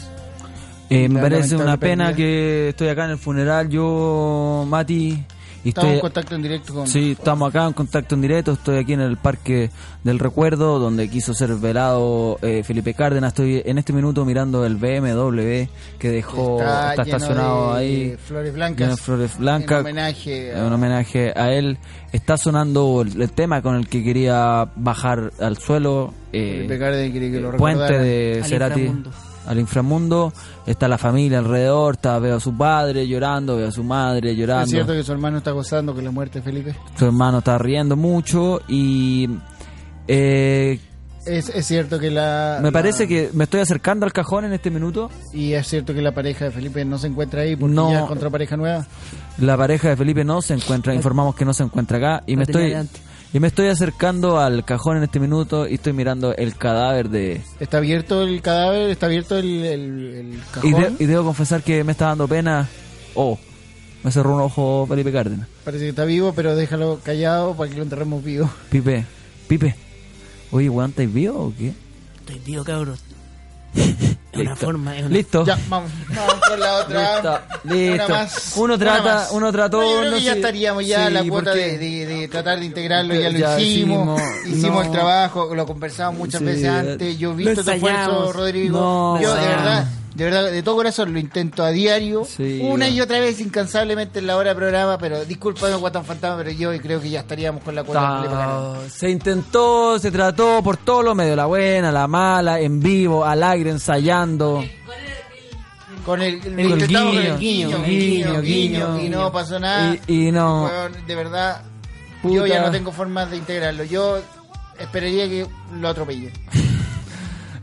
Eh, me
La
parece
lamentable
una pena
pérdida.
que estoy acá en el funeral, yo, Mati, y
Estamos
estoy...
en contacto en directo con...
Sí, estamos acá en contacto en directo, estoy aquí en el Parque del Recuerdo, donde quiso ser velado eh, Felipe Cárdenas, estoy en este minuto mirando el BMW que dejó, está,
lleno
estacionado
de
ahí,
Flores
lleno de
blancas.
flores blancas.
En homenaje
En
a-
homenaje a él. Está sonando el, el tema con el que quería bajar al suelo. eh,
Felipe Cárdenas quiere que lo
puente
recordaran.
de
Al
Cerati
inframundo.
al inframundo. Está la familia alrededor, está, veo a su padre llorando, veo a su madre llorando.
Es cierto que su hermano está gozando con la muerte de Felipe.
Su hermano está riendo mucho y... eh,
Es, es cierto que la.
me
la-
parece que me estoy acercando al cajón en este minuto.
Y es cierto que la pareja de Felipe no se encuentra ahí porque
No.
ya encontró pareja nueva.
La pareja de Felipe no se encuentra, informamos que no se encuentra acá y
La
me
tenía
estoy
de antes.
y me estoy acercando al cajón en este minuto y estoy mirando el cadáver de
Está abierto el cadáver, está abierto el, el- el cajón.
y, de- y debo confesar que me está dando pena. Oh, me cerró un ojo Felipe Cárdenas.
Parece que está vivo, pero déjalo callado para que lo enterremos vivo.
Pipe, Pipe. Oye, weón, ¿estáis vivo o qué?
Estoy vivo, cabrón. Es una
Listo.
forma. Es una...
Listo.
Ya, vamos, vamos con la otra.
Oh. Listo, listo.
Una más.
Uno trata-
Una más.
uno trató,
No, yo creo
no
que ya
sé.
estaríamos ya
Sí,
la cuota
porque-
de, de- de tratar de integrarlo,
Pero
ya lo
ya
hicimos.
hicimos,
Hicimos
no.
el trabajo, lo conversamos muchas
Sí,
veces antes. Yo he visto
lo
tu esfuerzo,
ensayamos.
Rodrigo.
No,
yo, de
ensayamos.
verdad. De verdad, de todo corazón lo intento a diario,
Sí,
una
bueno.
y otra vez, incansablemente en la hora de programa, pero discúlpame, Guatán Fantasma, pero yo creo que ya estaríamos con la cuota. de Felipe Carrera.
Ta- Se intentó, se trató por todos los medios, la buena, la mala, en vivo, al aire, ensayando.
Con el,
el
lo intentamos con el
guiño,
guiño,
guiño,
guiño, guiño,
guiño.
y no pasó nada.
Y, y no.
Weón, de verdad,
Puta.
yo ya no tengo formas de integrarlo. Yo esperaría que lo atropellen.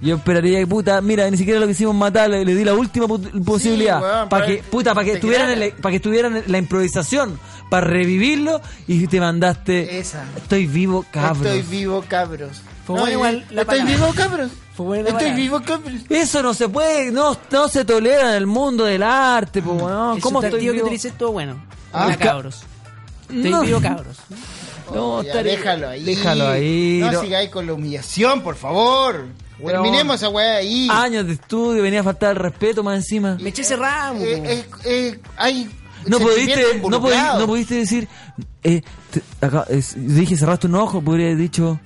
Yo esperaría que puta, mira, ni siquiera lo quisimos matar, le, le di la última pu- posibilidad
weón,
para
pa-
que puta, para que
te
estuvieran
creara.
en la- para que estuvieran en la improvisación, para revivirlo y te mandaste
Esa.
Estoy vivo, cabrón.
Estoy vivo, cabros.
Fue buena igual la
eh, estoy
palabra.
vivo, cabros.
Fue buena la
estoy
palabra.
vivo, cabros.
Eso no se puede, no, no se tolera en el mundo del arte, po, weón.
Eso
¿Cómo
está
estoy
el tío
vivo?
que utilicé estuvo bueno.
Ah.
Hola, cabros. Estoy
No.
vivo, cabros.
No,
Ya,
estaría-
déjalo ahí.
Déjalo ahí.
No,
no.
sigáis con la humillación, por favor.
Weón.
Terminemos esa weá ahí.
Años de estudio, venía a faltar el respeto más encima.
Me eché ese ramo.
Eh,
po.
es- eh, hay
No
sentimiento
pudiste, no, pudi-
involucrado.
no pudiste decir. eh, te- acá, es- dije, cerraste un ojo, podría haber dicho.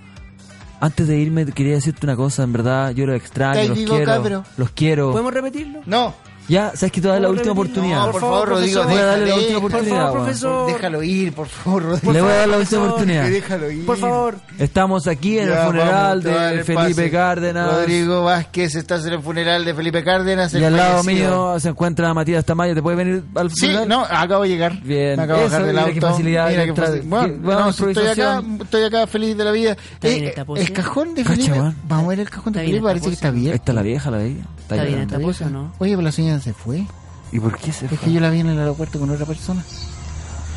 Antes de irme, quería decirte una cosa, en verdad, yo los extraño,
Estáis
los
vivo,
quiero,
cabro.
los quiero.
¿Podemos repetirlo?
No,
Ya, sabes que te voy a dar la
¿Podemos repetirlo?
última oportunidad.
No, por favor, Rodrigo,
Voy a darle la
déjale,
última
por
oportunidad.
favor,
weón.
profesor.
déjalo ir, por favor, Rodrigo.
Le voy a dar la última
profesor,
oportunidad.
Déjalo ir.
Por favor.
Estamos aquí en el
Ya,
funeral
vamos, te voy a dar
de
el
Felipe
pase.
Cárdenas.
Rodrigo Vázquez, estás en el funeral de Felipe Cárdenas.
Y
el
al lado
fallecido.
mío se encuentra Matías Tamayo. ¿Te puede venir al
Sí,
funeral?
no, acabo de llegar.
Bien.
Me acabo de
Eso,
bajar del
mira
auto.
qué facilidad de
Mira qué
entrar.
fácil. Bueno,
Qué- bueno,
no, si estoy acá,
improvisación.
estoy acá feliz de la vida.
bien
Eh,
esta pose?
el cajón de
Cacha,
Felipe.
weón.
Vamos a ver el cajón de
Está
Felipe,
bien
parece
esta
que está bien.
Ahí está la vieja, la vieja. Está
Está bien
llorando.
esta pose, ¿no?
Oye, pero la señora se fue.
¿Y por qué se
Es que yo la vi en el aeropuerto con otra persona.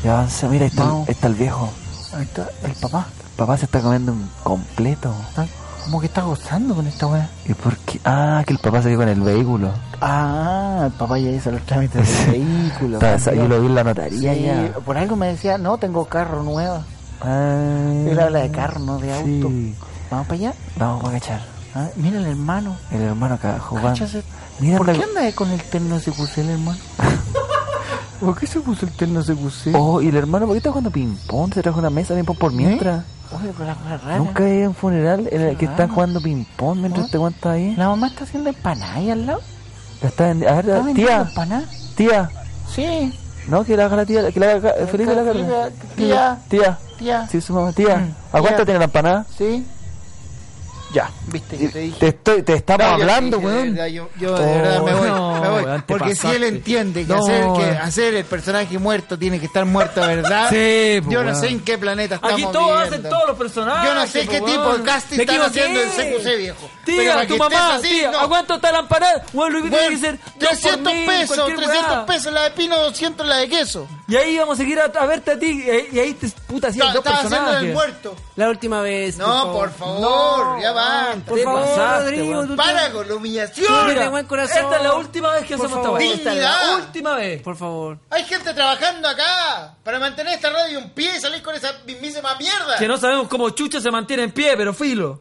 Ya avanza, mira, ahí está,
Vamos.
está el viejo.
Ahí está el papá.
Papá se está comiendo un completo.
Como que está gozando con esta weá.
¿Y por qué? Ah, que el papá salió con el vehículo.
Ah, el papá ya hizo los trámites del vehículo.
Estaba- yo lo vi en la
Sí,
notaría ya.
Por algo me decía, no, tengo carro nuevo.
Ah,
Él habla de carro, no de auto.
sí.
Vamos para allá.
Vamos a cachar.
Ah, mira el hermano.
El hermano acá jugando.
Cachas,
Mira
¿Por
la-
qué anda con el terno de Gusel, hermano? ¿Por qué se puso el terno de Gusel?
Oh, y el hermano, ¿por qué está jugando ping-pong? Se trajo una mesa de ping-pong por mientras.
¿Eh? Oye, pero la cosa rara.
Nunca he ido a un funeral en el que están jugando ping-pong mientras
¿Ah?
te cuentas ahí.
La mamá está haciendo empanadas ahí al lado.
La está vendi- A
¿Está
ver,
vendiendo
tía,
empanadas?
tía.
Sí.
No, que la haga la tía. Que la haga eh, Felipe la haga.
Tía,
Tía.
tía. Mm.
Sí, su mamá. Tía, ¿a
Tía.
cuánto tiene la empanada?
Sí.
Ya.
Viste que te
Te,
dije.
estoy, te estamos
No, yo
hablando,
te dije, de
weón.
verdad, Yo, yo de verdad me voy.
no,
me voy.
weón, te
porque si él
pasaste.
entiende que,
No.
hacer, que hacer el personaje muerto tiene que estar muerto, ¿verdad?
Sí, pues,
yo no
weón.
sé en qué planeta estamos
Aquí todos hacen
viviendo.
todos los personajes.
Yo no sé qué
po,
tipo
weón.
de casting
Me
están
equivoqué.
haciendo en CQC, viejo. Pero para
Tía,
que
tu
estés
mamá,
así,
tía,
no.
¿a cuánto está la empanada? Bueno, Luis Vito
Bueno,
tiene que ser dos por
300
mil,
pesos,
cualquier
300
weá.
pesos la de pino, 200 la de queso.
Y ahí vamos a seguir a, a verte a ti. eh, Y ahí te puta hacían
Ta-
dos
Estaba haciendo
personajes.
el muerto.
La última vez.
No, por favor, ya basta.
Por
Te
favor,
pasaste,
Rodrigo.
weón.
tú te-
Para con la
Tú
humillación.
tienes
Mira,
buen corazón.
Esta es la última vez que
Por
hacemos
favor.
esta weá. Esta es la
Dignidad.
última vez.
Por favor.
Hay gente trabajando acá para mantener esta radio en pie y salir con esa mismísima mierda.
Que no sabemos cómo Chucha se mantiene en pie, pero filo.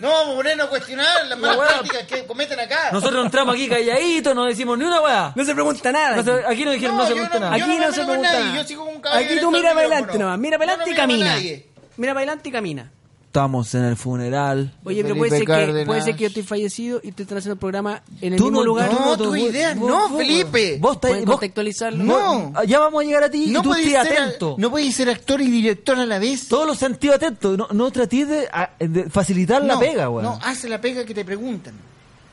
No vamos a ponernos a cuestionar las malas
weá.
prácticas que cometen acá.
Nosotros entramos aquí calladitos, no decimos ni una weá.
No se pregunta nada.
No se- aquí no dijeron, no, se
yo
gusta nada.
yo
Aquí
me
no se
meto con
pregunta
nadie,
nada.
yo sigo con un caballero
Aquí tú
en
mira
todo el
para adelante
micrófono.
nomás. Mira para
Yo no
adelante y
me meto con
camina.
nadie.
Mira para adelante y camina.
Estamos en el funeral.
Oye, pero
Felipe
puede ser, que,
Cárdenas.
puede ser que yo estoy fallecido y te están haciendo el programa en el
Tú
mismo
no-
lugar.
No,
tú-
tus
vos-
ideas
vos-
no,
vos-
Felipe.
Vos estáis-
¿Pueden
vos-
contextualizarlo?
No.
Ya vamos a llegar a ti y
no
tú estés
podéis ser,
atento.
no podéis ser actor y director a la vez.
Todos los sentidos atentos. No, no trates de, a- de facilitar la
no,
pega, weón.
No, hace la pega que te preguntan.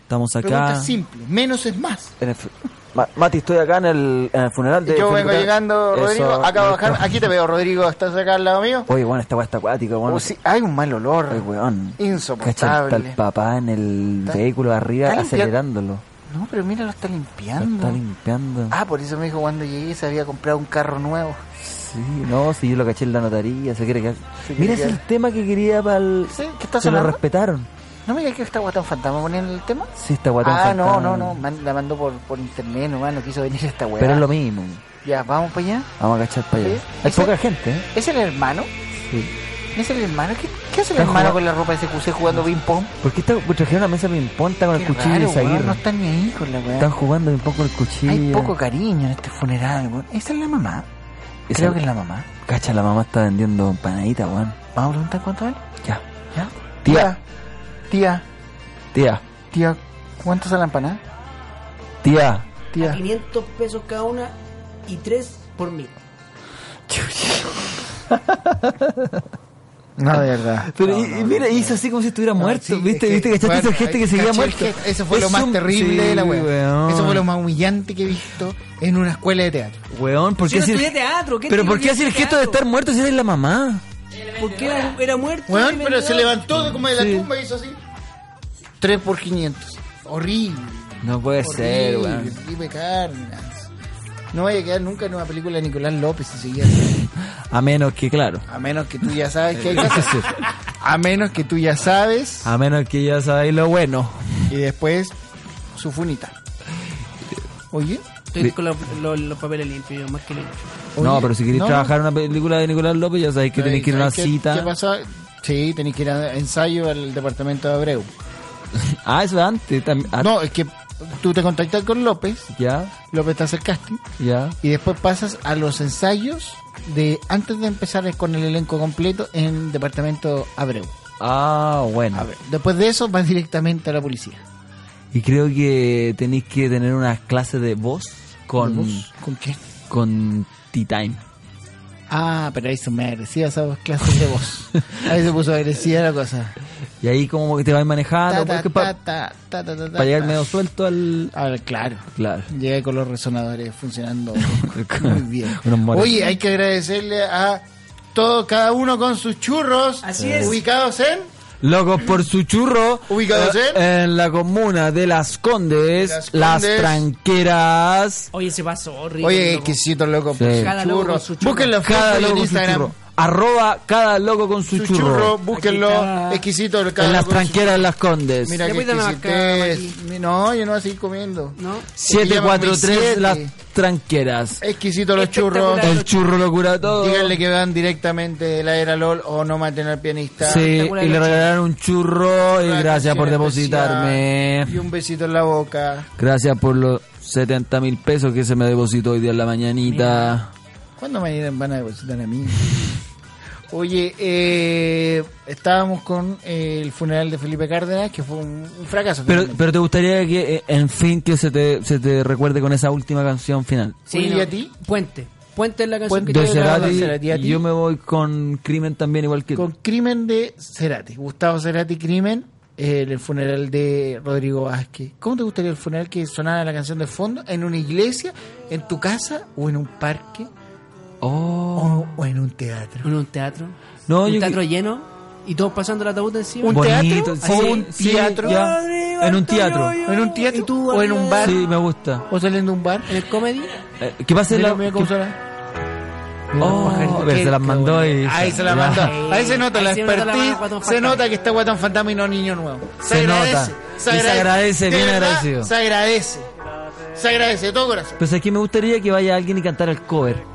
Estamos acá.
Preguntas simples. Menos es más.
en el fu- Ma- Mati, estoy acá en el, en el funeral
Yo
de. Felipe
vengo
Car-
llegando,
Eso,
Rodrigo. Acabo de
listo.
bajar. Aquí te veo, Rodrigo. ¿Estás acá al lado mío?
Oye, bueno, esta weá está acuática, weón.
Oh, sí, hay un mal olor.
Ay, weón. Cacha,
Insoportable.
Está el papá en el
Está-
vehículo arriba
está limpia-
acelerándolo.
No, pero mira, lo está
Lo
limpiando.
está limpiando.
Ah, por eso me dijo cuando llegué se había comprado un carro nuevo.
Sí, no, si yo lo caché en la notaría, se quiere quedar.
Se quiere
Mira, ese es el
quedar.
tema que quería para el.
Sí, ¿qué está
se lo
sonando?
respetaron.
¿No me digas que está Guatón Fantasma poniendo el tema?
Sí, está guatón.
ah, no,
fantasma.
no, no. man- la mandó por, por internet nomás, no quiso venir esta weá.
Pero es lo mismo.
Ya, vamos para allá.
Vamos a cachar para allá.
Sí.
Hay
Ese-
poca gente, ¿eh?
¿Es el hermano?
Sí.
¿Es el hermano? ¿Qué, qué hace el
Está
hermano
jugando-
con la ropa de SQC jugando ping-pong?
¿Por qué está, pues, trajeron una mesa de ping-pong está con el
Qué
cuchillo
raro,
y Zaguirre?
weón, No están ni ahí con la weá.
Están jugando ping-pong con el cuchillo.
Hay poco cariño en este funeral, weón. ¿Esa es la mamá?
Esa-
Creo que es la mamá.
Cacha, la mamá está vendiendo empanaditas, weón.
Vamos a preguntar cuánto vale.
Ya.
¿Ya?
Tía.
Tía,
Tía,
tía, ¿cuánto es la empanada?
tía.
A
Tía.
500 pesos cada una y 3 por mil.
No, de verdad.
Pero y- y mira, hizo así como si estuviera muerto.
sí,
¿Viste?
es que,
¿Viste? ¿Cachaste
bueno,
esa gente que
caché
seguía
el
muerto?
gesto. Eso fue lo
Es
más
un-
terrible de la
Sí,
weá.
weón.
Eso fue lo más humillante que he visto en una escuela de teatro.
Weón, ¿por
Yo
qué
no
hacer-
estudié teatro. ¿qué
Pero
tengo
¿por qué
que
hacer el
estudiar
gesto de estar
teatro?
muerto si eres la mamá?
Porque era, era muerto.
Weón,
y
pero se
vendedor.
levantó de como de la
Sí.
tumba y hizo así. 3 por 500. Horrible.
No puede ser,
horrible.
weón.
Felipe Cárdenas. No vaya a quedar nunca en una película de Nicolás López si seguía
A menos que, claro.
A menos que tú ya sabes que hay
Eso
cosas.
sí.
A menos que tú ya sabes.
A menos que ya sabéis lo bueno.
Y después, su funita. Oye.
Estoy con los, los- los papeles limpios, más que limpios.
Oye,
no, pero si queréis
no,
trabajar en una película de Nicolás López, ya sabéis que tenéis que ir a una
¿Sabes qué-
cita.
¿Qué pasó? Sí, tenéis que ir a ensayo al departamento de Abreu.
Ah, eso antes. tam- ah,
No, es que tú te contactas con López,
Ya,
López te hace el casting,
ya.
y después pasas a los ensayos de antes de empezar con el elenco completo en el departamento Abreu.
Ah, bueno.
Abreu. Después de eso vas directamente a la policía.
Y creo que tenéis que tener unas clases de voz con,
¿Vos? ¿Con qué?
con T-Time.
Ah, pero ahí se me agresiva esas clases de voz. Ahí se puso agresiva la cosa.
Y ahí como pues, que te vais manejando, porque para llegar medio suelto al...
A ver, claro.
Claro.
Llegué con los resonadores funcionando muy bien.
Unos moros.
Oye, hay que agradecerle a todo, cada uno con sus churros.
Así es.
Ubicados en.
Locos por su churro.
Ubicados
eh,
en-
en la comuna de Las Condes,
Las
Las,
Condes.
Tranqueras.
Oye, se pasó horrible.
Oye,
loco.
exquisito loco.
Sí.
Por
Cada
su
loco
churro.
con su churro.
Busquen los
Cada
Facebook
loco
en
con su
Instagram.
churro. Arroba cada loco con su,
Su
churro.
churro, búsquenlo.
está.
Exquisito el
En las
con su-
tranqueras en las condes.
Mira
Ya
que
voy a darme
exquisitez.
acá,
No, yo no voy a seguir comiendo.
¿No?
Porque
743
llaman
las
muy
tranqueras.
Exquisito los churros.
Espectacular.
El churro lo cura todo.
Díganle que van directamente de la era LOL o no maten al pianista.
Sí,
espectacular
y le
los
regalaron un churro y
Una
gracias por
canción especial
depositarme.
Y un besito en la boca.
Gracias por los 70 mil pesos que se me depositó hoy día en la mañanita.
¿Cuándo me van a depositar a mí? Oye, eh, estábamos con eh, el funeral de Felipe Cárdenas, que fue un, un fracaso.
Pero,
finalmente.
pero te gustaría que, eh, en fin, que se te, se te recuerde con esa última canción final.
Oye, ¿y a ti?
Puente. Puente es la canción
Puente.
que
De
te agrada
Cerati,
Cerati, ¿a ti?
yo me voy con Crimen también, igual que...
Con Crimen de Cerati, Gustavo Cerati Crimen, eh, el funeral de Rodrigo Vázquez. ¿Cómo te gustaría el funeral que sonara la canción de fondo? ¿En una iglesia? ¿En tu casa? ¿O en un parque?
Oh.
¿O, o en un teatro?
En un teatro.
No,
un
yo-
teatro lleno y todos pasando la ataúd encima.
¿Un
Bonito,
teatro?
sí,
¿O un
sí,
teatro?
ya. En un teatro.
¿O en un teatro?
¿Y tú,
¿O en un bar?
Sí, me gusta.
¿O saliendo de un bar?
En el comedy.
Eh, ¿Qué pasa en
Mira,
la...
mira cómo suena. Mira los
Oh,
pajaritos.
a ver,
Qué-
se las
qué
mandó
bonito.
y...
Ahí se la
Ya.
mandó. Ahí se nota
Ahí
la
se nota la
expertise.
mano, Guatón
Se
Fantasma.
nota que está Guatón Fantasma y no Niño Nuevo.
Se nota. Y se agradece,
De
bien
verdad,
agradecido.
Se agradece. Se agradece de todo corazón.
Pues aquí me gustaría que vaya alguien y cantara el cover.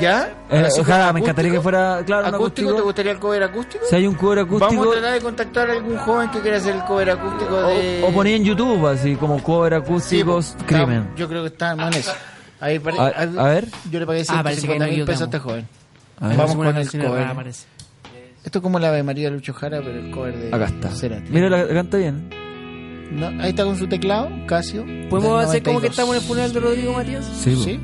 ¿Ya?
Eh,
Así
ojalá,
como
me encantaría
acústico.
que fuera, claro, un
¿Acústico?
acústico.
¿Te gustaría el cover acústico?
Si hay un cover acústico
Vamos a tratar de contactar a algún joven que quiera hacer el cover acústico de...
o, o ponía en YouTube así como cover
Sí,
acústicos
pues,
crimen.
está- Yo creo que está en eso. Ahí pare-
A- a ver.
Yo le pagué
Ah, parece que
150 mil
no
pesos a este
ayudamos.
joven.
A ver.
Vamos
Es una
con el
canción
cover.
rara, parece.
Esto es como la de María Lucho Jara, pero el cover de
Acá está.
Cerati.
Mira, la canta bien.
No, ahí está con su teclado, Casio.
¿Podemos
del
hacer como que
92.
estamos en el funeral de Rodrigo Matías?
Sí.
¿Sí?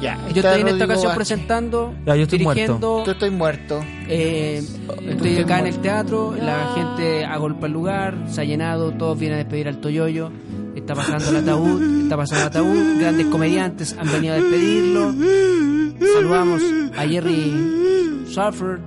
Ya.
Yo estoy en esta
Rodrigo
ocasión
Vázquez.
presentando,
Ya, yo estoy
dirigiendo,
Yo estoy muerto.
eh, estoy acá en el teatro, la gente agolpa el lugar, se ha llenado, todos vienen a despedir al Toyoyo, está pasando el ataúd, está pasando el ataúd, grandes comediantes han venido a despedirlo, saludamos a Jerry Surfer,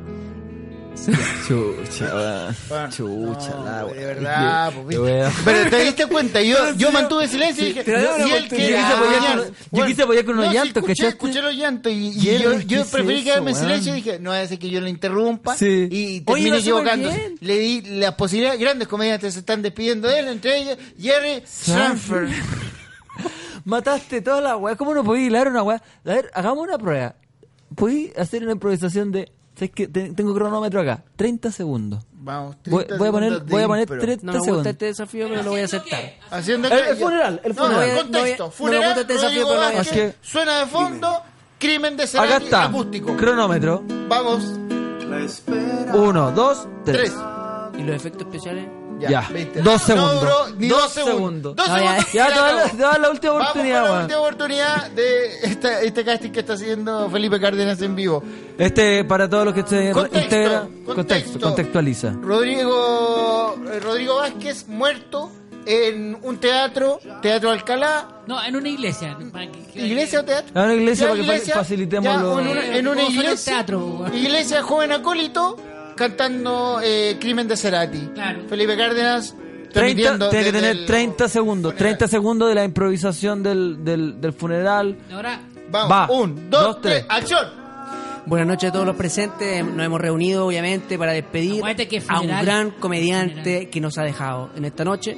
Chucha, weón.
Bueno,
chucha,
no,
la
De
weón.
verdad, pues,
Yo-
¿viste?
yo-
Pero te diste cuenta, yo, yo mantuve silencio y dije,
te daban
y
la
él
oportunidad.
quería
Yo quise apoyar con-
apoyar.
yo quise apoyar con los
no, sí,
llantos,
escuché,
¿cachaste?
escuché los llantos y, y
Y él,
yo,
¿qué
yo
es
preferí
eso,
quedarme en
weón?
silencio y dije, no es que yo lo interrumpa
Sí.
y
Oye,
terminé
iba súper
equivocándose.
bien.
Le di las posibilidades, grandes comediantes se están despidiendo de él, entre ellos Jerry Sanford.
Mataste toda la weá. ¿Cómo no podías hilar una weá? A ver, hagamos una prueba. Podí hacer una improvisación de. ¿Sabes qué? Te- Tengo cronómetro acá. 30 segundos.
Vamos,
Voy,
30
voy a poner,
segundos de
voy a poner
impro.
30
no me gusta
segundos.
este desafío pero lo voy a aceptar.
Haciendo
El- el
calle.
funeral, el funeral.
No,
No,
contexto.
no, no
funeral,
me gusta este
Rodrigo
desafío, pero lo voy a
Vázquez,
hacer.
suena de fondo, crimen de
Acá
Cerati
está.
acústico.
Cronómetro.
Vamos,
1, 2, 3.
tres.
¿Y los efectos especiales?
Ya. Dos
No
segundos.
duró ni dos,
Dos
segundos.
segundos.
Dos
No, ya,
segundos.
Ya,
se
te va la-
acabó.
te va la última
Vamos con
oportunidad,
la
weón.
última oportunidad de esta, este casting que está haciendo Felipe Cárdenas en vivo.
Este, para todos los que se
Contexto,
integra,
contexto.
contexto, contextualiza.
Rodrigo, eh, Rodrigo Vázquez muerto en un teatro, Teatro Alcalá.
No, en una iglesia. para que- que-
¿Iglesia o teatro?
Ah, una iglesia para que fa-
iglesia,
facilitemos
ya,
lo-
en una, en
Como
una
fuera un
iglesia.
teatro.
Iglesia joven acólito cantando eh, Crimen de Cerati.
Claro.
Felipe Cárdenas.
30,
transmitiendo
tiene que
desde
tener
el-
30 segundos.
funeral.
30 segundos de la improvisación del, del, del funeral.
Ahora,
Vamos.
Va.
Un, dos,
Dos, tres.
tres. ¡Acción!
Buenas noches a todos los presentes. Nos hemos reunido, obviamente, para despedir
Aguante que
a
funeral.
un gran comediante
Funeral.
que nos ha dejado en esta noche.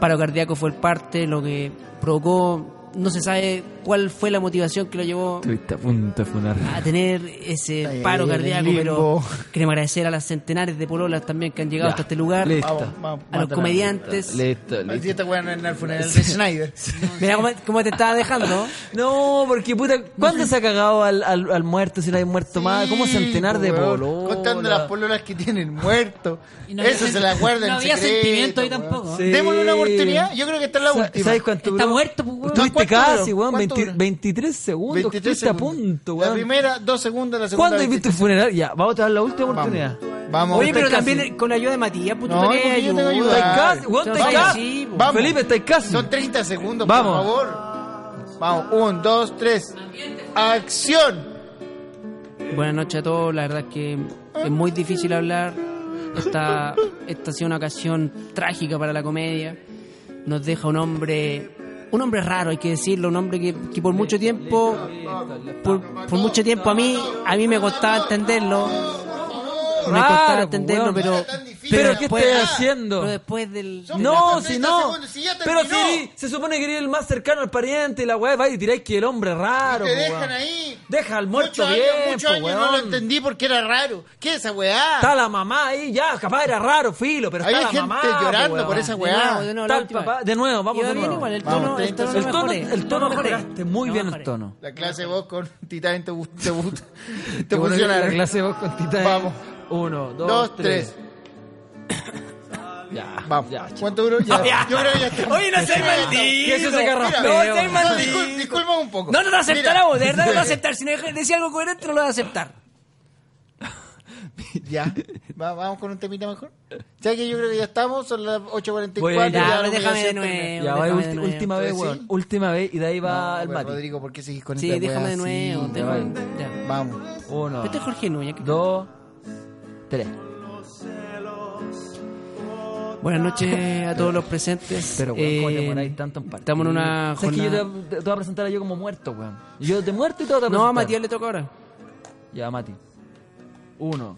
Paro cardíaco fue el parte, lo que provocó. No se sabe cuál fue la motivación que lo llevó
Estuviste a punto de funeral.
a tener ese
ahí,
paro
en el
cardíaco, pero
limbo.
queremos agradecer a las centenares de pololas también que han llegado
Ya,
hasta este lugar,
listo.
Vamos, vamos.
a los
mátala.
comediantes.
Listo,
Ay,
listo.
si esta weá no es en el funeral de Schneider.
Mira cómo, cómo te estaba dejando.
No, porque puta, ¿cuándo se ha cagado al, al, al muerto si no hay muerto más? ¿Cómo centenar de
Sí, weón.
polo?
Contando las pololas que tienen muerto.
Y no había
Eso se
sent-
las guarda
no
en
había
secreto,
sentimiento ahí
weón.
tampoco.
Sí.
Démosle una oportunidad. Yo creo que esta es la
Sa-
última.
¿Sabes cuánto
está
duró?
muerto, pues, weón.
Estuviste
¿Cuánto duró?
casi, weón.
¿Cuánto
20
duró?
23 segundos.
23
estuviste
segundos.
a punto,
La
weón.
primera, dos segundos, la segunda.
¿Cuándo has visto el funeral? Ya, vamos a dar la última oportunidad.
Vamos. Vamos.
Oye, pero
Estoy
también
casi.
eh, con la ayuda de Matías, puto,
No,
tenés
porque yo tengo
ayuda.
ayuda.
Estáis casi, weón,
Yo
estáis
soy
casi.
así, weón.
Vamos.
Felipe, estáis casi.
Son 30 segundos,
Vamos.
por favor. Vamos, un, dos, tres. Acción.
Buenas noches a todos, la verdad es que es muy difícil hablar. Esta, esta ha sido una ocasión trágica para la comedia. Nos deja un hombre, un hombre raro, hay que decirlo, un hombre que, que por mucho tiempo por, por mucho tiempo a mí, a mí me costaba entenderlo. Me costaba
Raro,
pues,
entenderlo,
weón.
pero.
Pero ¿qué
después-
estoy haciendo?
Pero después del.
No,
Son
si
30
no.
segundos, si ya
pero si
terminó.
eres- se supone que eres el más cercano al pariente y la weá, va y tiráis que el hombre es raro.
te
po,
dejan
weón.
ahí.
Deja al muerto
Muchos años,
bien,
muchos
po,
años no lo
weón.
entendí porque era raro. ¿Qué es esa weá?
Está la mamá ahí, ya, capaz era raro, filo, pero
Hay
está la
gente
mamá.
llorando
po,
por
weón.
esa
De nuevo,
weá.
de nuevo, la
Está el
última.
papá. De nuevo, vamos
Iba
de
bien
nuevo.
igual, el
Vamos,
tono, el
30
tono,
El tono,
mejoré,
el tono
mejoré.
mejoraste muy bien el
mejoré.
Tono.
La clase de voz con Titán te, bu- te, bu- te
Qué bueno que
funciona.
la clase de voz con Tita es-
Vamos.
Uno, dos,
Dos,
tres.
tres.
Ya.
Vamos.
Ya, chico.
¿Cuánto duró? Ya. Yo creo que ya está.
Oye, no seas maldito. ¿Qué es ese
Mira,
carraspeo?
no seas
No,
maldito.
discul- disculpa un poco.
No, no lo
Mira,
aceptará vos, de verdad no lo aceptar. Si no dej- decía algo coherente, no lo va a aceptar.
Ya, Va- vamos con un temita mejor. ¿Sabes que yo creo que ya estamos? Son las 8.44.
Bueno,
ya,
Ya,
la
pero déjame de
humillación termina.
nuevo.
Ya, va,
déjame
ulti-
de nuevo.
última vez,
¿Sí?
weón. Última vez y de ahí va
No,
el
bueno,
Mati.
Rodrigo, ¿por qué seguís con
Sí,
esta
déjame
weá
de nuevo.
así?
te- ya.
Vamos.
Uno,
Este es Jorge Núñez. que-
dos, tres.
Buenas noches a todos los presentes.
Pero, weón, ¿cómo te
Eh,
demoráis tanto en partir?
Estamos en una
O sea, es que yo
jornada...
te, te- te voy a presentar a yo como muerto, weón. Yo de muerto y todo te voy a
No, a
presentar.
Matías le toca ahora.
Ah, Ya, Mati. Uno.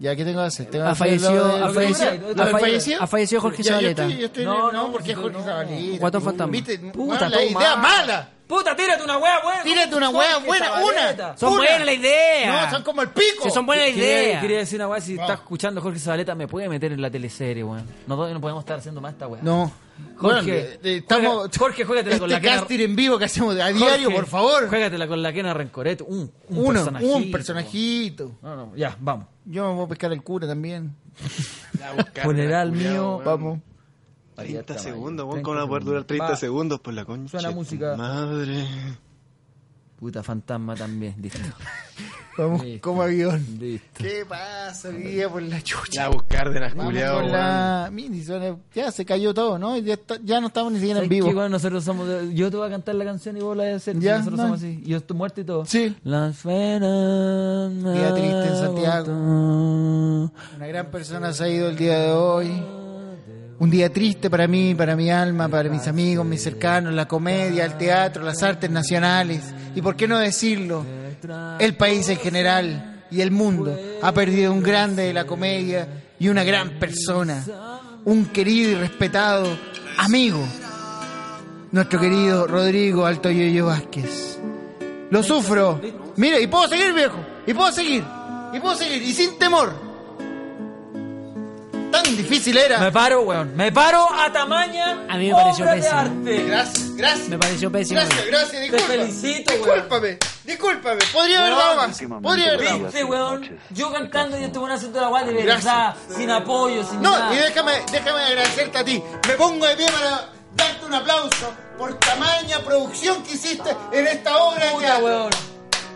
Ya, ¿qué tengo que hacer? Tengo
Ha
que hacer lo
fallecido-
del-
ha
¿Lo
fallecido-
del
ha falle-
fallecido?
ha fallecido Jorge
Ya, yo
Zabaleta.
estoy- yo estoy-
No,
No,
no,
porque es Jorge Zabaleta.
Guatón fantasma.
Viste,
Puta,
mala
todo
idea,
mal.
mala.
Puta, tírate una weá, weón.
Tírate una weá
Jorge
buena,
Zabaleta.
una.
Son
una.
buenas las ideas.
No, son como el pico.
Sí, son buenas las
Quería-
ideas.
Quería decir una weá, si
Vamos.
está escuchando Jorge Zabaleta, me puede meter en la teleserie, weón. Nosotros no podemos estar haciendo más esta weá.
No.
Jorge,
Bueno, eh, eh, estamos.
Jorge, Jorge, juégatela
Este
con la cara.
casting en vivo que hacemos a diario,
Jorge,
por favor.
Juégatela con la Kena Rencoret. Un, un
Uno,
personajito,
un personajito.
weón. No, no, ya, vamos.
Yo me voy a pescar el cura también.
Funeral mío.
Vamos.
30
está,
segundos,
vaya.
weón, ¿cómo van a poder
30
durar 30
Va.
segundos por la concha?
Suena
de tu
música.
Madre.
Puta fantasma también, listo.
Vamos
Listo.
como avión.
Listo.
¿Qué pasa, guía por la chucha?
La buscar de las
Vamos
culiadas,
con la mini, suena- Ya se cayó todo, ¿no? Ya, está- ya no estamos ni siquiera en
¿Sabes
vivo.
qué, weón? nosotros somos de- yo te voy a cantar la canción y vos la vas a hacer.
Ya,
nosotros
dale.
somos así. Yo estoy muerto y todo.
Sí.
Las penas.
Día triste en Santiago. Una gran persona se ha ido el día de hoy. Un día triste para mí, para mi alma, para mis amigos, mis cercanos, la comedia, el teatro, las artes nacionales. Y por qué no decirlo, el país en general y el mundo ha perdido un grande de la comedia y una gran persona, un querido y respetado amigo, nuestro querido Rodrigo Alto Yoyo Vázquez. Lo sufro. Mira, y puedo seguir, viejo. Y puedo seguir. Y puedo seguir. Y sin temor. Tan difícil
Me
era.
paro, weón. Me paro a tamaña.
A mí me pareció
obra de
pésimo.
arte.
Gracias, gracias.
Me pareció pésimo.
Gracias, gracias. Disculpa.
felicito, weón.
Discúlpame. Discúlpame. Podría haber dado más. Podría haber dado más.
Viste, weón. Yo cantando y este weón haciendo la weá de verdad. Sin apoyo, sin
No,
nada.
y déjame, déjame agradecerte a ti. Me pongo de pie para darte un aplauso por tamaña producción que hiciste en esta obra de
Puta,
teatro.
weón.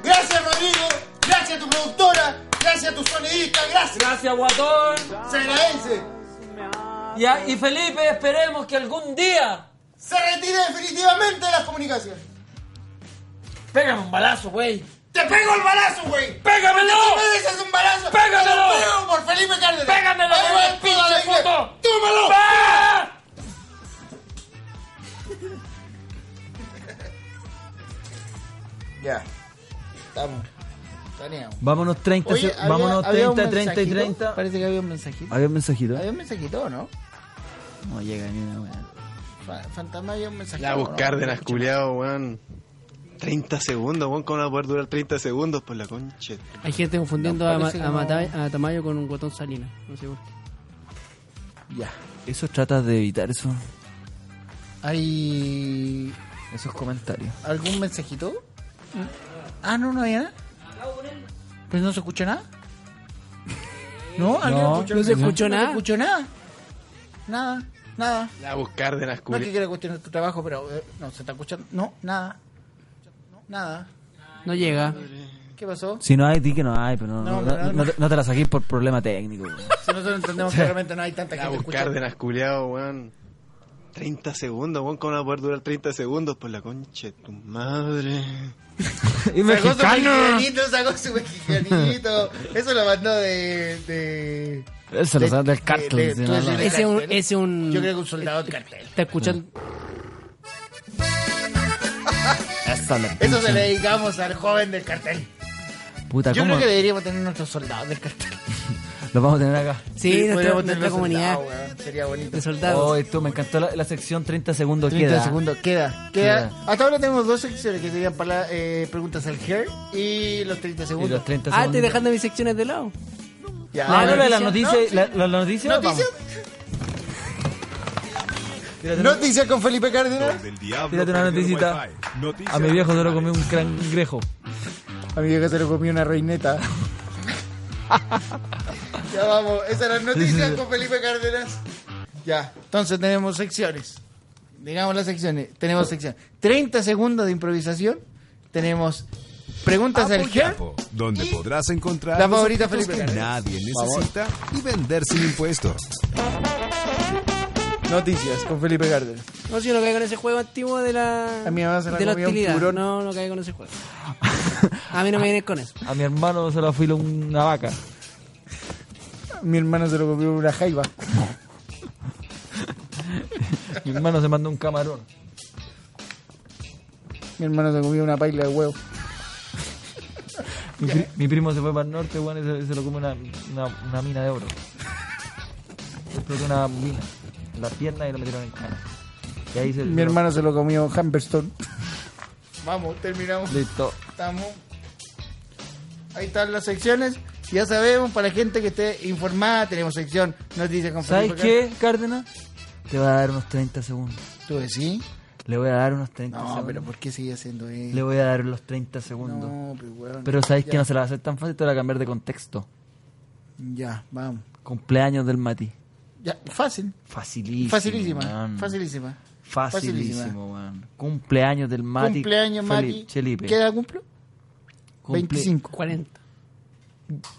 Gracias, Rodrigo. Gracias a tu productora. Gracias a tu sonidista. Gracias.
Gracias, guatón.
Se agradece.
Y, a- y Felipe, esperemos que algún día.
Se retira definitivamente de las comunicaciones.
Pégame un balazo, güey.
¡Te pego el balazo, güey!
¡Pégamelo!
¡No me dejes un balazo!
¡Pégamelo!
¡Te lo pego por Felipe Cárdenas!
¡Pégamelo,
Ahí va
güey,
el puto a la
pinche
iglesia.
puto!
¡Túmalo!
¡Ah!
Ya. Estamos. Planeamos.
Vámonos 30,
Oye,
se-
había-
vámonos
había un
30, 30 y
mensajito.
30.
Parece que había un mensajito.
Había un mensajito.
Había un mensajito, ¿no?
No llega ni una weá.
Fa- Fantasma había un mensajito.
La buscar
¿no?
de las culiadas, weón. 30 segundos, weón, ¿cómo van a poder durar 30 segundos por la concha? de tu-
Hay gente confundiendo
No,
a, Ma-
parece que
a
no.
Mata- a Tamayo con un guatón Salinas. No sé por qué.
Ya. Eso tratas de evitar eso.
¿Hay
Esos comentarios.
algún mensajito? Ah, no, no había nada. ¿Pero no se escuchó nada? ¿No? ¿Alguien
No,
escuchó
no se
nada?
escuchó
¿No se
nada.
escuchó nada? Nada, nada.
La buscar de
No
las
es que
culiadas.
quiera cuestionar tu trabajo, pero eh, no, se está escuchando. No, nada. No, Nada.
No llega.
¿Qué pasó?
Si no hay, di que no hay, pero no,
No,
no,
pero no-
no te- no te la saquís por problema técnico. weón.
Si nosotros entendemos que realmente no hay tanta
La
gente
buscar de
escuchando.
las culiadas, weón. 30 segundos, weón, ¿cómo van a poder durar 30 segundos por la concha de tu madre?
¡Y
Sacó su
mexicano!
mexicanito, sacó su mexicanito. Eso lo mandó de... de...
Eso lo
De-
sacan del
de-
cartel.
de- ¿eh?
si
tú
no,
decís-
no.
De
Ese es un,
cartel.
ese es un. Ah.
Yo creo que un soldado del cartel.
Está escuchando.
Eso, la
Eso
pincha.
se le dedicamos al joven del cartel.
Puta,
Yo
¿cómo?
creo que deberíamos tener nuestros soldados del cartel.
Los vamos a tener acá.
Sí, nuestra-
podríamos
nuestra
tener
comunidad
soldados, weón. Sería bonito.
de soldados.
Oh, esto me encantó la, la sección 30 segundos
30
queda.
segundos, queda, queda.
Queda.
Hasta ahora tenemos dos secciones que serían para, eh, preguntas al Her y los 30
Y
segundos.
los 30
Ah,
segundos.
estoy dejando mis secciones de lado.
Ya.
Ah, no, la de las
¿Noticias?
noticias. la, la- la noticia,
¿No? ¿Noticias?
vamos. Tírate una-
Noticias con Felipe Cárdenas.
Del diablo
Tírate una
perdió el
noticita.
wifi. Noticias
A mi viejo se lo comió
locales.
un cangrejo.
A mi vieja se lo comió una reineta. ya vamos, esas eran noticias con Felipe Cárdenas. Ya, entonces tenemos secciones. Digamos las secciones. Tenemos sección 30 segundos de improvisación. Tenemos preguntas al Her.
Apoyapo, donde podrás encontrar
La
los
favorita,
objetos
Felipe.
que nadie necesita y vender sin impuestos.
Noticias con Felipe Cárdenas.
No, si yo no caigo en ese juego antiguo de la.
A mi mamá se la
de la
comió un
hostilidad.
tiburón.
No, no caigo en ese juego. A mí no me vienes con eso.
A mi hermano se lo afiló una vaca.
Mi hermano se lo comió una jaiba.
Mi hermano se mandó un camarón.
Mi hermano se comió una paila de huevo.
Mi, pri- mi primo se fue para el norte, weón, y se, se lo comió una, una, una mina de oro. Explotó una mina. en La pierna y lo metieron en cana. Y ahí se
Mi hermano se lo comió Humberstone. Vamos, terminamos.
Listo.
Estamos. Ahí están las secciones. Ya sabemos, para la gente que esté informada, tenemos sección Noticias con
¿Sabes
Felipe
qué, Cárdenas? Te va a dar unos 30 segundos.
Cárdenas. ¿Tú decís?
Le voy a dar unos 30
No,
segundos.
pero ¿por qué sigue haciendo eso?
Le voy a dar los 30 segundos.
No, pero weón.
Pero sabéis
Ya,
que no se la va a hacer tan fácil, te la voy a cambiar de contexto.
Ya, vamos.
Cumpleaños del Mati.
Ya, fácil.
Facilísimo.
Facilísima.
weón.
Facilísima.
Facilísimo, weón. Cumpleaños del Mati.
Cumpleaños, Mati.
Felipe- Felipe.
¿Qué edad cumplo?
Cumple-
25.
40.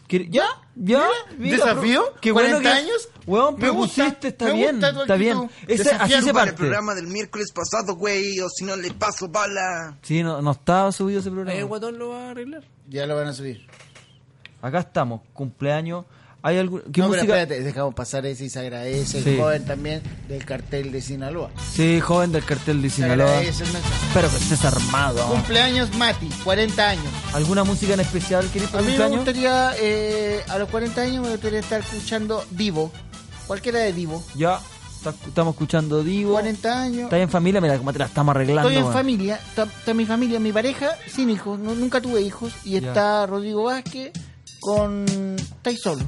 ¿Quiere- ¿Ya? ¿Ya?
Mira, ¿Desafío?
bro, qué bueno
40
que-
años.
Weón,
Me gusta,
propusiste, está
me
bien,
gusta tu
está bien.
actitud.
Ese- así
Desafiar
se parte.
del miércoles pasado, güey, o si no le paso bala.
Sí, no, no estaba subido ese
Eh,
Ahí el
programa.
guatón lo va a arreglar.
Ya lo van a subir.
Acá estamos, cumpleaños. ¿Hay algún, ¿Qué
no,
música?
pero espérate, dejamos pasar ese y se agradece el
Sí.
joven también del cartel de Sinaloa.
Sí, joven del cartel de
Se
Sinaloa.
agradece el mensaje.
Espero que estés armado.
Cumpleaños Mati, 40 años.
¿Alguna música en especial querés
A
para
mí me
cumpleaños?
gustaría, eh, a los 40 años me gustaría estar escuchando Divo. Cualquiera de Divo.
Ya, está- estamos escuchando Divo.
40 años.
¿Estás en familia? Mira cómo te la estamos arreglando.
Estoy en
weón.
familia, está, está mi familia, mi pareja sin hijos, no- nunca tuve hijos. Y
Ya.
está Rodrigo Vázquez con... Estáis solo.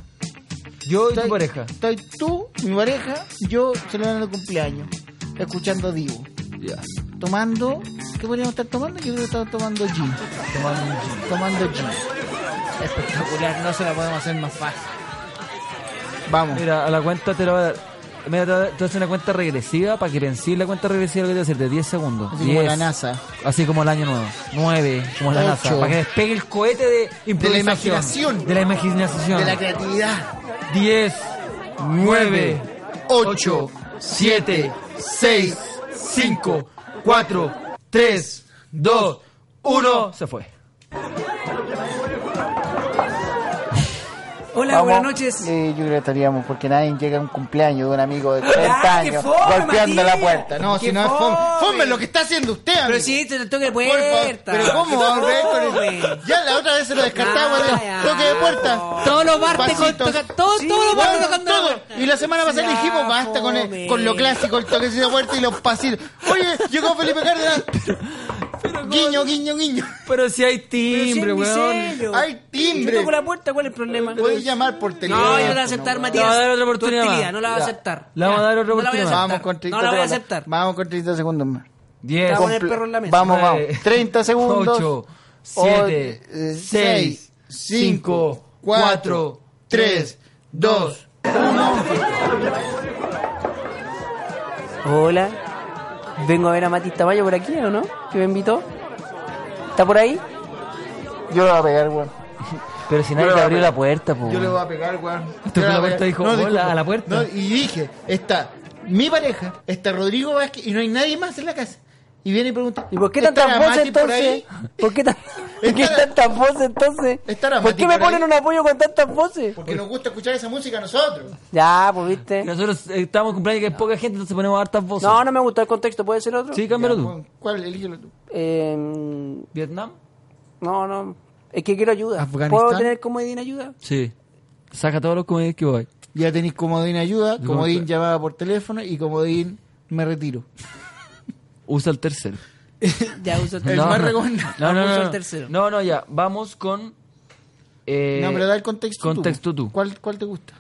Yo y
Estoy-
tu pareja.
Estoy tú, mi pareja, yo celebrando el cumpleaños, escuchando Divo.
Ya.
tomando. ¿Qué podríamos estar tomando? Yo creo que estamos tomando gin. Tomando gin. Tomando gin. Espectacular, no se la podemos hacer más fácil. Vamos.
Mira, a la cuenta te la va a dar. Mira, te va a dar- te hace una cuenta regresiva para que pensé la cuenta regresiva lo que te va a hacer de 10 segundos.
Así como
10,
la NASA.
Así como el año nuevo. 9, como la NASA.
Ocho.
Para que despegue el cohete de
imaginación.
improvisación. De la imaginación.
De la creatividad.
10, 9,
8,
7, 6, 5, 4, 3, 2, 1. Oh, Se fue.
Hola, buenas noches.
yo creo que estaríamos porque nadie llega a un cumpleaños de un amigo de 40
Ah, qué
años
fome,
golpeando la
Matías.
puerta. No,
Qué
si no es fome.
fome.
Fome es lo que está haciendo usted, amigo.
Pero sí, te toque de
Por favor,
puerta.
Pero ¿cómo va a volver con
No,
el-
güey.
Ya la otra vez se lo descartamos.
Ah,
el
ya.
toque de puerta.
Todos los bares
Pasitos.
con- toca- todos- todos los bares
bueno,
tocando
todo.
la puerta.
Y la semana pasada
Ya,
dijimos basta con, el-
fome.
con lo clásico, el toquecito de puerta y los pasitos. Oye, llegó Felipe Cárdenas. guiño, guiño, guiño.
Pero si hay
Pero si es
timbre,
mi
weón.
sello.
Hay timbre.
Yo toco la puerta, ¿cuál es el problema?
Puedes llamar por teléfono.
No, yo no la voy a aceptar,
weón.
Matías.
Le va a dar otra oportunidad
Tu hostilidad,
más.
No la va a
Ya.
aceptar.
Le vamos
Ya.
a dar
No
otra
la voy a
oportunidad más.
Vamos
aceptar.
con 30
No la voy a
segundos.
aceptar.
Vamos con 30 segundos más.
10,
Vamos a poner perro en la mesa.
Vamos, vamos.
Nueve,
30 segundos.
ocho, siete,
O- eh,
seis,
seis, cinco,
cinco,
cuatro,
cuatro,
tres, dos, uno.
Hola. Vengo a ver a Mati Tamayo por aquí, ¿o no? Que me invitó. ¿Está por ahí?
Yo le voy a pegar, weón.
Pero si nadie
Yo
te
le
abrió
voy a-
la puerta, po.
Yo le voy a pegar, weón.
Este
Esto
Yo
fue
le
la
voy a
puerta,
pegar.
dijo, hola,
disculpa.
a la puerta.
No, y dije, está mi pareja, está Rodrigo Vázquez y no hay nadie más en la casa. Y viene y pregunta,
¿Y por qué
¿está
tantas
la
voces
Mati por
entonces?
ahí?
¿Por qué, tan- ¿Por qué
Está-
tantas voces entonces?
Está la
¿Por
Mati
qué me
por ahí.
ponen un apoyo con tantas voces?
Porque nos gusta escuchar esa música a nosotros.
Ya, pues viste.
Nosotros eh, estamos en cumpleaños que hay poca gente, entonces ponemos hartas voces.
No, no me gustó el contexto, ¿puede ser otro? Eh,
Sí, cámbialo
Ya,
tú.
pues. weón, ¿Cuál? Elígelo tú.
¿Vietnam? No, no. Es que quiero ayuda.
¿Afganistán?
¿Puedo tener comodín ayuda?
Sí. Saca todos los comodines que voy.
Ya tenéis comodín ayuda,
No,
comodín
claro.
llamada por teléfono y comodín me retiro.
Usa el tercero.
ya uso el
El
tercero.
más recomendado.
No, no,
Uso
no.
el
no.
tercero.
No, no, ya. Vamos con. eh,
no, pero da el contexto.
contexto tú.
¿Cuál, ¿Cuál te gusta?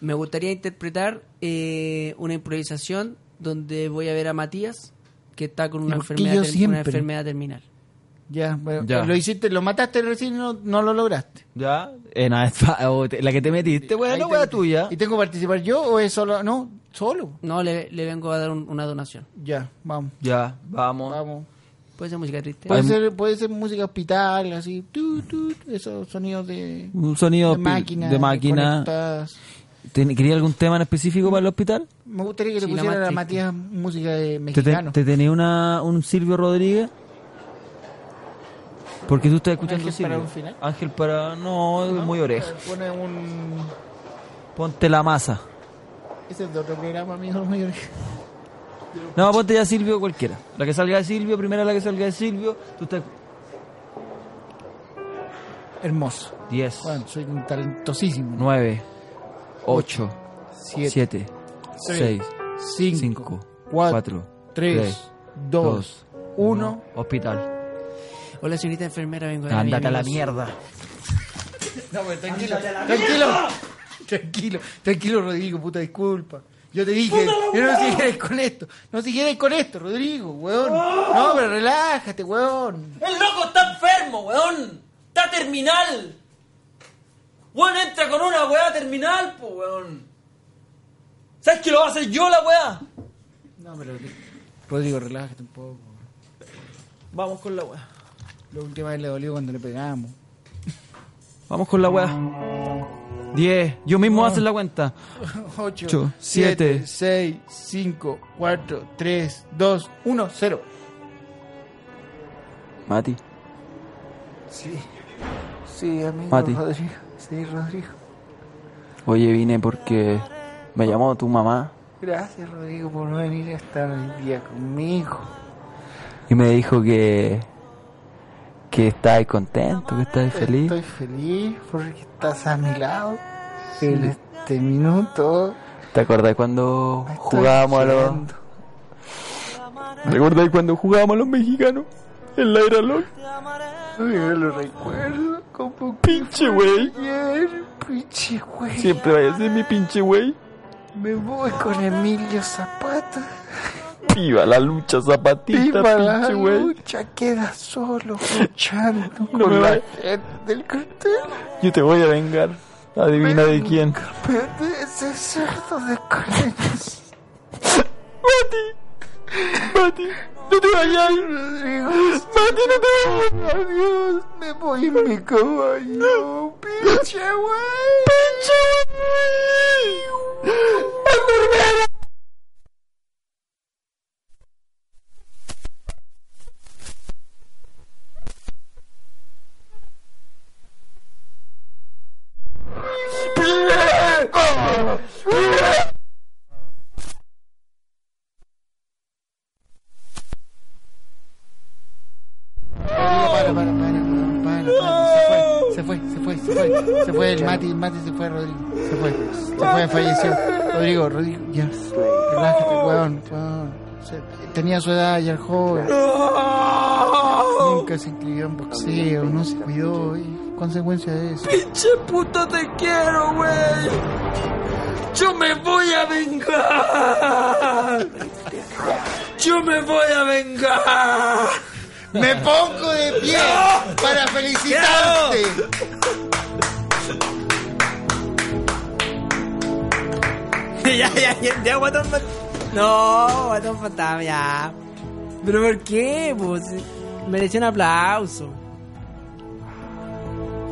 Me gustaría interpretar eh, una improvisación donde voy a ver a Matías, que está con una,
Porque
enfermedad,
yo
ter-
siempre.
una enfermedad terminal.
Ya, bueno,
Ya.
lo hiciste, lo mataste recién y no, no lo lograste.
Ya. Eh, no, es fa- o te- la que te metiste, weá,
Ahí
no
te
weá
metí.
Eh, tuya.
¿Y tengo que participar yo o es solo? No, solo.
No, le, le vengo a dar un- una donación.
Ya, vamos,
Ya, vamos.
vamos.
Puede ser música triste.
Puede
Hay-
ser, puede ser música hospital, así, tu, tu, tu, esos sonidos de,
Un sonido
de
pi-
máquina.
de máquina.
conectadas.
¿Ten- ¿Quería algún tema en específico para el hospital?
Me gustaría que le
Sí, la más
pusieran a
triste.
Matías música de
¿Te, te,
mexicano.
te tenía una, un Silvio Rodríguez? Porque tú estás escuchando
Ángel
Silvio.
para un final.
Ángel para. No, es muy oreja.
Pone un...
Ponte la masa.
Ese es de otro programa, amigo. no me llores.
No, ponte ya Silvio cualquiera. La que salga de Silvio, primera la que salga de Silvio. Tú estás.
Hermoso.
10,
Bueno, soy un talentosísimo.
9, 8, 7, 6, 5, 4,
3, 2, 1.
Hospital.
Hola, señorita enfermera, vengo a ver
Andate a
mi
la
amigo.
mierda.
No, pero tranquilo, tranquilo, tranquilo, tranquilo, Rodrigo, puta disculpa. Yo te dije, yo no siguieras con esto, no siguieras con esto, Rodrigo, weón. No, pero relájate, weón.
¡El loco está enfermo, weón! ¡Está terminal! Weón entra con una weá terminal, po, weón. ¿Sabes que lo va a hacer yo la weá?
No, pero Rodrigo, relájate un poco.
Vamos con la weá.
La última vez le dolió cuando le pegamos.
Vamos con la weá. 10, yo mismo haces la cuenta.
8,
Ocho,
7,
siete,
6, 5, 4, 3, 2, 1, 0.
Mati,
Sí, sí, amigo
Mati.
Rodrigo. Sí, Rodrigo.
oye, vine porque me llamó tu mamá
Gracias, Rodrigo, por venir a estar hoy día conmigo.
y me dijo que. que estáis contento, que estáis feliz.
Estoy feliz porque estás a mi lado en este minuto.
¿Te acordás cuando
Estoy
jugábamos a los.
llorando.
¿Te acordás cuando jugábamos a los mexicanos? En la era LOL.
Yo lo recuerdo como
Pinche wey.
ayer, pinche güey.
Siempre vaya a ser mi pinche wey.
Me voy con Emilio Zapata.
Viva la lucha zapatista,
Viva la
pinche wey.
lucha, queda solo luchando
No
con
me
la
vaya.
gente del cartel.
Yo te voy a vengar. Adivina de quién.
Vete ese cerdo de colegas.
Mati. Mati. No te vayas.
Rodrigo,
Mati, no te vayas.
adiós, me voy en mi caballo, pinche güey.
¡Pinche wey!
Para, para, para, weón, para, para. Se fue, se fue, se fue, se fue. Se fue el Mati, el Mati se fue, Rodrigo. Se fue, se fue, falleció. Rodrigo, Rodrigo, ya. Relájate, weón, weón. Se- tenía su edad ya el joven.
¡Oh!
Nunca se inscribió en boxeo, no se cuidó. y consecuencia de eso.
¡Pinche puto te quiero, wey! ¡Yo me voy a vengar! ¡Yo me voy a vengar!
Me pongo de pie para felicitarte.
ya, ya, ya, ya, Guatón Fantasma. No, Guatón Fantasma, ya. ¿Pero por qué? Pues, mereció un aplauso.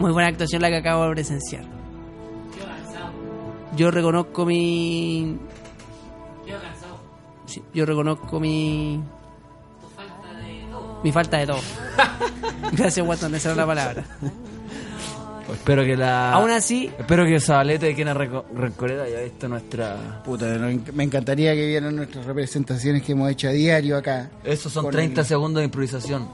Muy buena actuación la que acabo de presenciar. Yo reconozco mi.
Yo cansado.
sí, Yo reconozco mi.
Tu falta de todo.
Mi falta de todo. Gracias, Watson, esa era la palabra.
Pues Espero que la.
Aún así-
Espero que Zabaleta y Kena Reco- Rencoreda haya visto nuestra.
Puta, no- me encantaría que vieran nuestras representaciones que hemos hecho a diario acá.
Esos son
Con
30
el-
segundos de improvisación.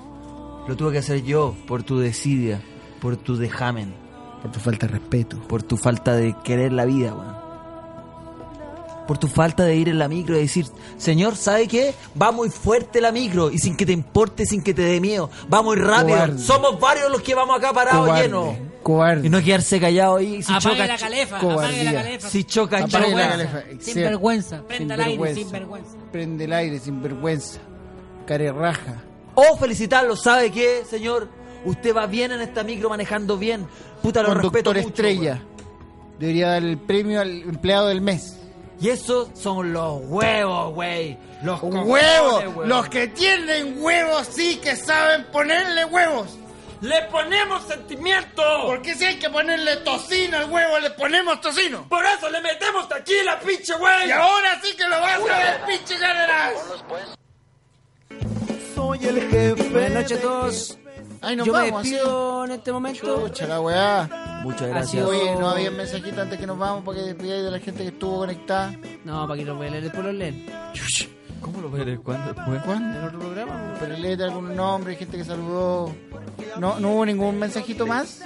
Lo tuve que hacer yo por tu desidia, por tu dejamen,
Por tu falta de respeto.
por tu falta de querer la vida, weón. Por tu falta de ir en la micro y decir, señor, ¿sabe qué? Va muy fuerte la micro y sin que te importe, sin que te dé miedo. Va muy rápido.
Cobarde.
Somos varios los que vamos acá parados
Cobarde.
llenos.
Cobarde.
Y no quedarse callado ahí. Si
Apague
choca,
la
ch-
calefa, apague
cobardía.
la calefa.
si choca,
Apague la
choca.
calefa.
Sin
Cierto.
vergüenza. Prenda el aire, sin vergüenza.
Prende el aire sin vergüenza. Carerraja.
O Oh, felicitarlo, ¿sabe qué, señor? Usted va bien en esta micro manejando bien. Puta, lo respeto
Conductor
mucho,
estrella.
weón.
Debería dar el premio al empleado del mes.
Y esos son los huevos, güey. Los cojones,
¡Huevos!
weón.
Los que tienen huevos sí que saben ponerle huevos.
¡Le ponemos sentimiento!
Porque si hay que ponerle tocino al huevo, le ponemos tocino.
¡Por eso le metemos tequila, pinche güey!
Y ahora sí que lo vas a ver, pinche Cárdenas.
Soy el jefe.
Buenas noches a todos.
Ay, nos
Yo me
vamos,
despido en este momento.
Chucha la weá.
Muchas
Ha
gracias.
sido-
Oye, no había mensajito antes que nos vamos para que despidáis de la gente que estuvo conectada.
No, para que lo voy a leer, después lo leen.
¿Cómo lo voy a leer? ¿Cuándo?
¿Cuándo?
En otro programa. pues.
Pero léete algún nombre, gente que saludó. No, no hubo ningún mensajito más.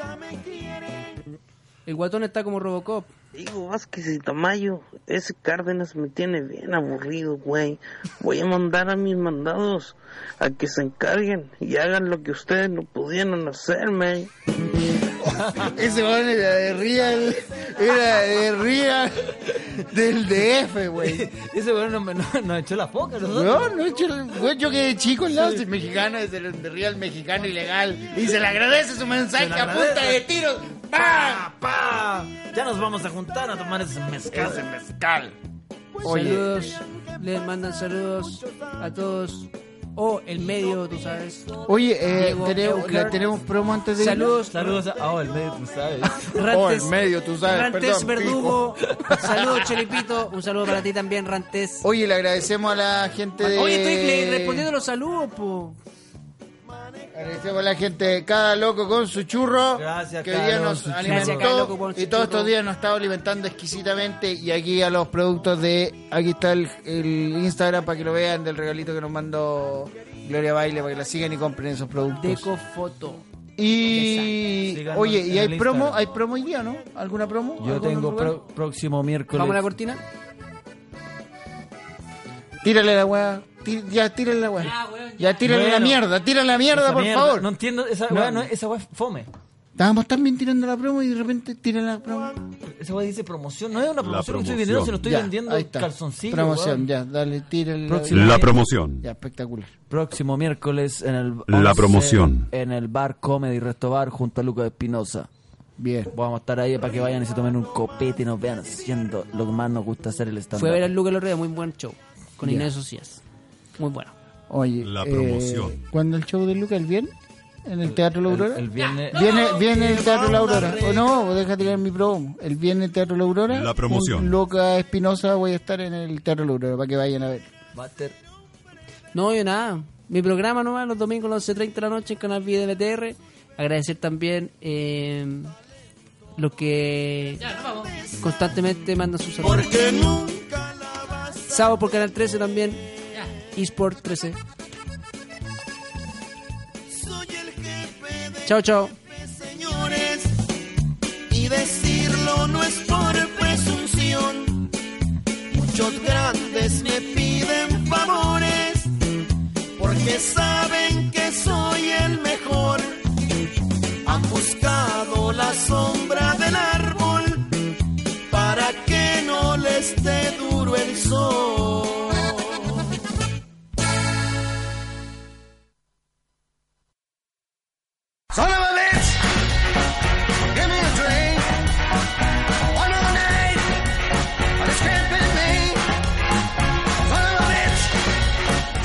El guatón está como Robocop.
Digo, Vázquez y Tamayo, ese Cárdenas me tiene bien aburrido, güey. Voy a mandar a mis mandados a que se encarguen y hagan lo que ustedes no pudieron hacerme.
Ese weón era de Real. Era de Real. Del DF, güey.
Ese weón nos no, nos echó la foca, nosotros.
No, no, yo, güey, yo quedé chico al lado del mexicano, desde el de Real mexicano ilegal. Y se le agradece su mensaje a punta de tiros. ¡Pam!
Pa, Ya nos vamos a juntar a tomar ese mezcal.
Saludos. Les mandan saludos a todos. O el medio, tú sabes.
Oye, eh,
Diego,
tenemos,
Eucler.
la- tenemos promo antes de irnos?
Saludos.
Saludos a. Oh, el medio, tú sabes.
Oh,
Rantes,
el medio, tú sabes,
Rantes
perdón,
Verdugo. Saludos, Chelipito. Un saludo para ti también, Rantes.
Oye, le agradecemos a la gente de...
Oye, estoy le- respondiendo los saludos, po.
Agradecemos a la gente de Cada Loco con su churro.
Gracias,
Que
Cada
hoy día
Loco
nos
con su
alimentó.
churro. Gracias, Cada Loco con su
y todos
churro.
estos días nos ha estado alimentando exquisitamente. Y aquí a los productos de... Aquí está el, el Instagram para que lo vean del regalito que nos mandó Gloria Baile para que la sigan y compren esos productos.
Decofoto.
Y...
Síganos
Oye,
en
¿y hay
el
promo?
Instagram.
¿Hay promo hoy día, no? ¿Alguna promo?
Yo
¿Algún
tengo
lugar?
pro- próximo miércoles.
Vamos a la cortina.
Tírale la weá. Ti- Ya, tírale la weá. Ya, tírale la
Bueno.
mierda. Tírale la mierda,
Esa
por
mierda,
favor.
No entiendo, esa weá no, esa weá es fome.
Estábamos también tirando la promo y de repente tiran la promo.
Esa weá dice promoción, no es una promoción, que estoy
promoción.
vendiendo, se lo estoy
Ya,
vendiendo
ahí está.
calzoncillo.
Promoción,
weón.
ya, dale, tírale.
Próximo.
La promoción.
Ya, espectacular.
Próximo miércoles en el
La
11,
promoción.
en el bar Comedy Resto Bar junto a Lucas Espinosa.
Bien.
Vamos a estar ahí para que vayan y se tomen un copete y nos vean haciendo lo que más nos gusta hacer el stand
Fue a ver al Luca Lorrea, muy buen show. Con Inés Socias. Muy bueno.
Oye.
La
eh,
promoción.
¿Cuándo el show de Luca? ¿El viernes? ¿En el Teatro La Aurora?
el viernes
Viene, viene el Teatro La Aurora. O no, deja tirar mi promo. El viernes Teatro La Aurora.
La promoción.
con Luca Espinosa voy a estar en el Teatro La Aurora para que vayan a ver.
va a estar-
No, yo nada. Mi programa nomás, los domingos a las 11.30 de la noche en Canal Vida de BTR. Agradecer también eh, los que constantemente mandan sus saludos. Sábado por Canal 13 también. eSport 13. Chao, chao.
señores, y decirlo no es por presunción. Muchos grandes me piden favores, porque saben que soy el mejor. Han buscado la sombra del árbol, para que no les dé duro el sol. Son of a bitch! Give me a drink! One more night! Let's get busy! Son of a bitch!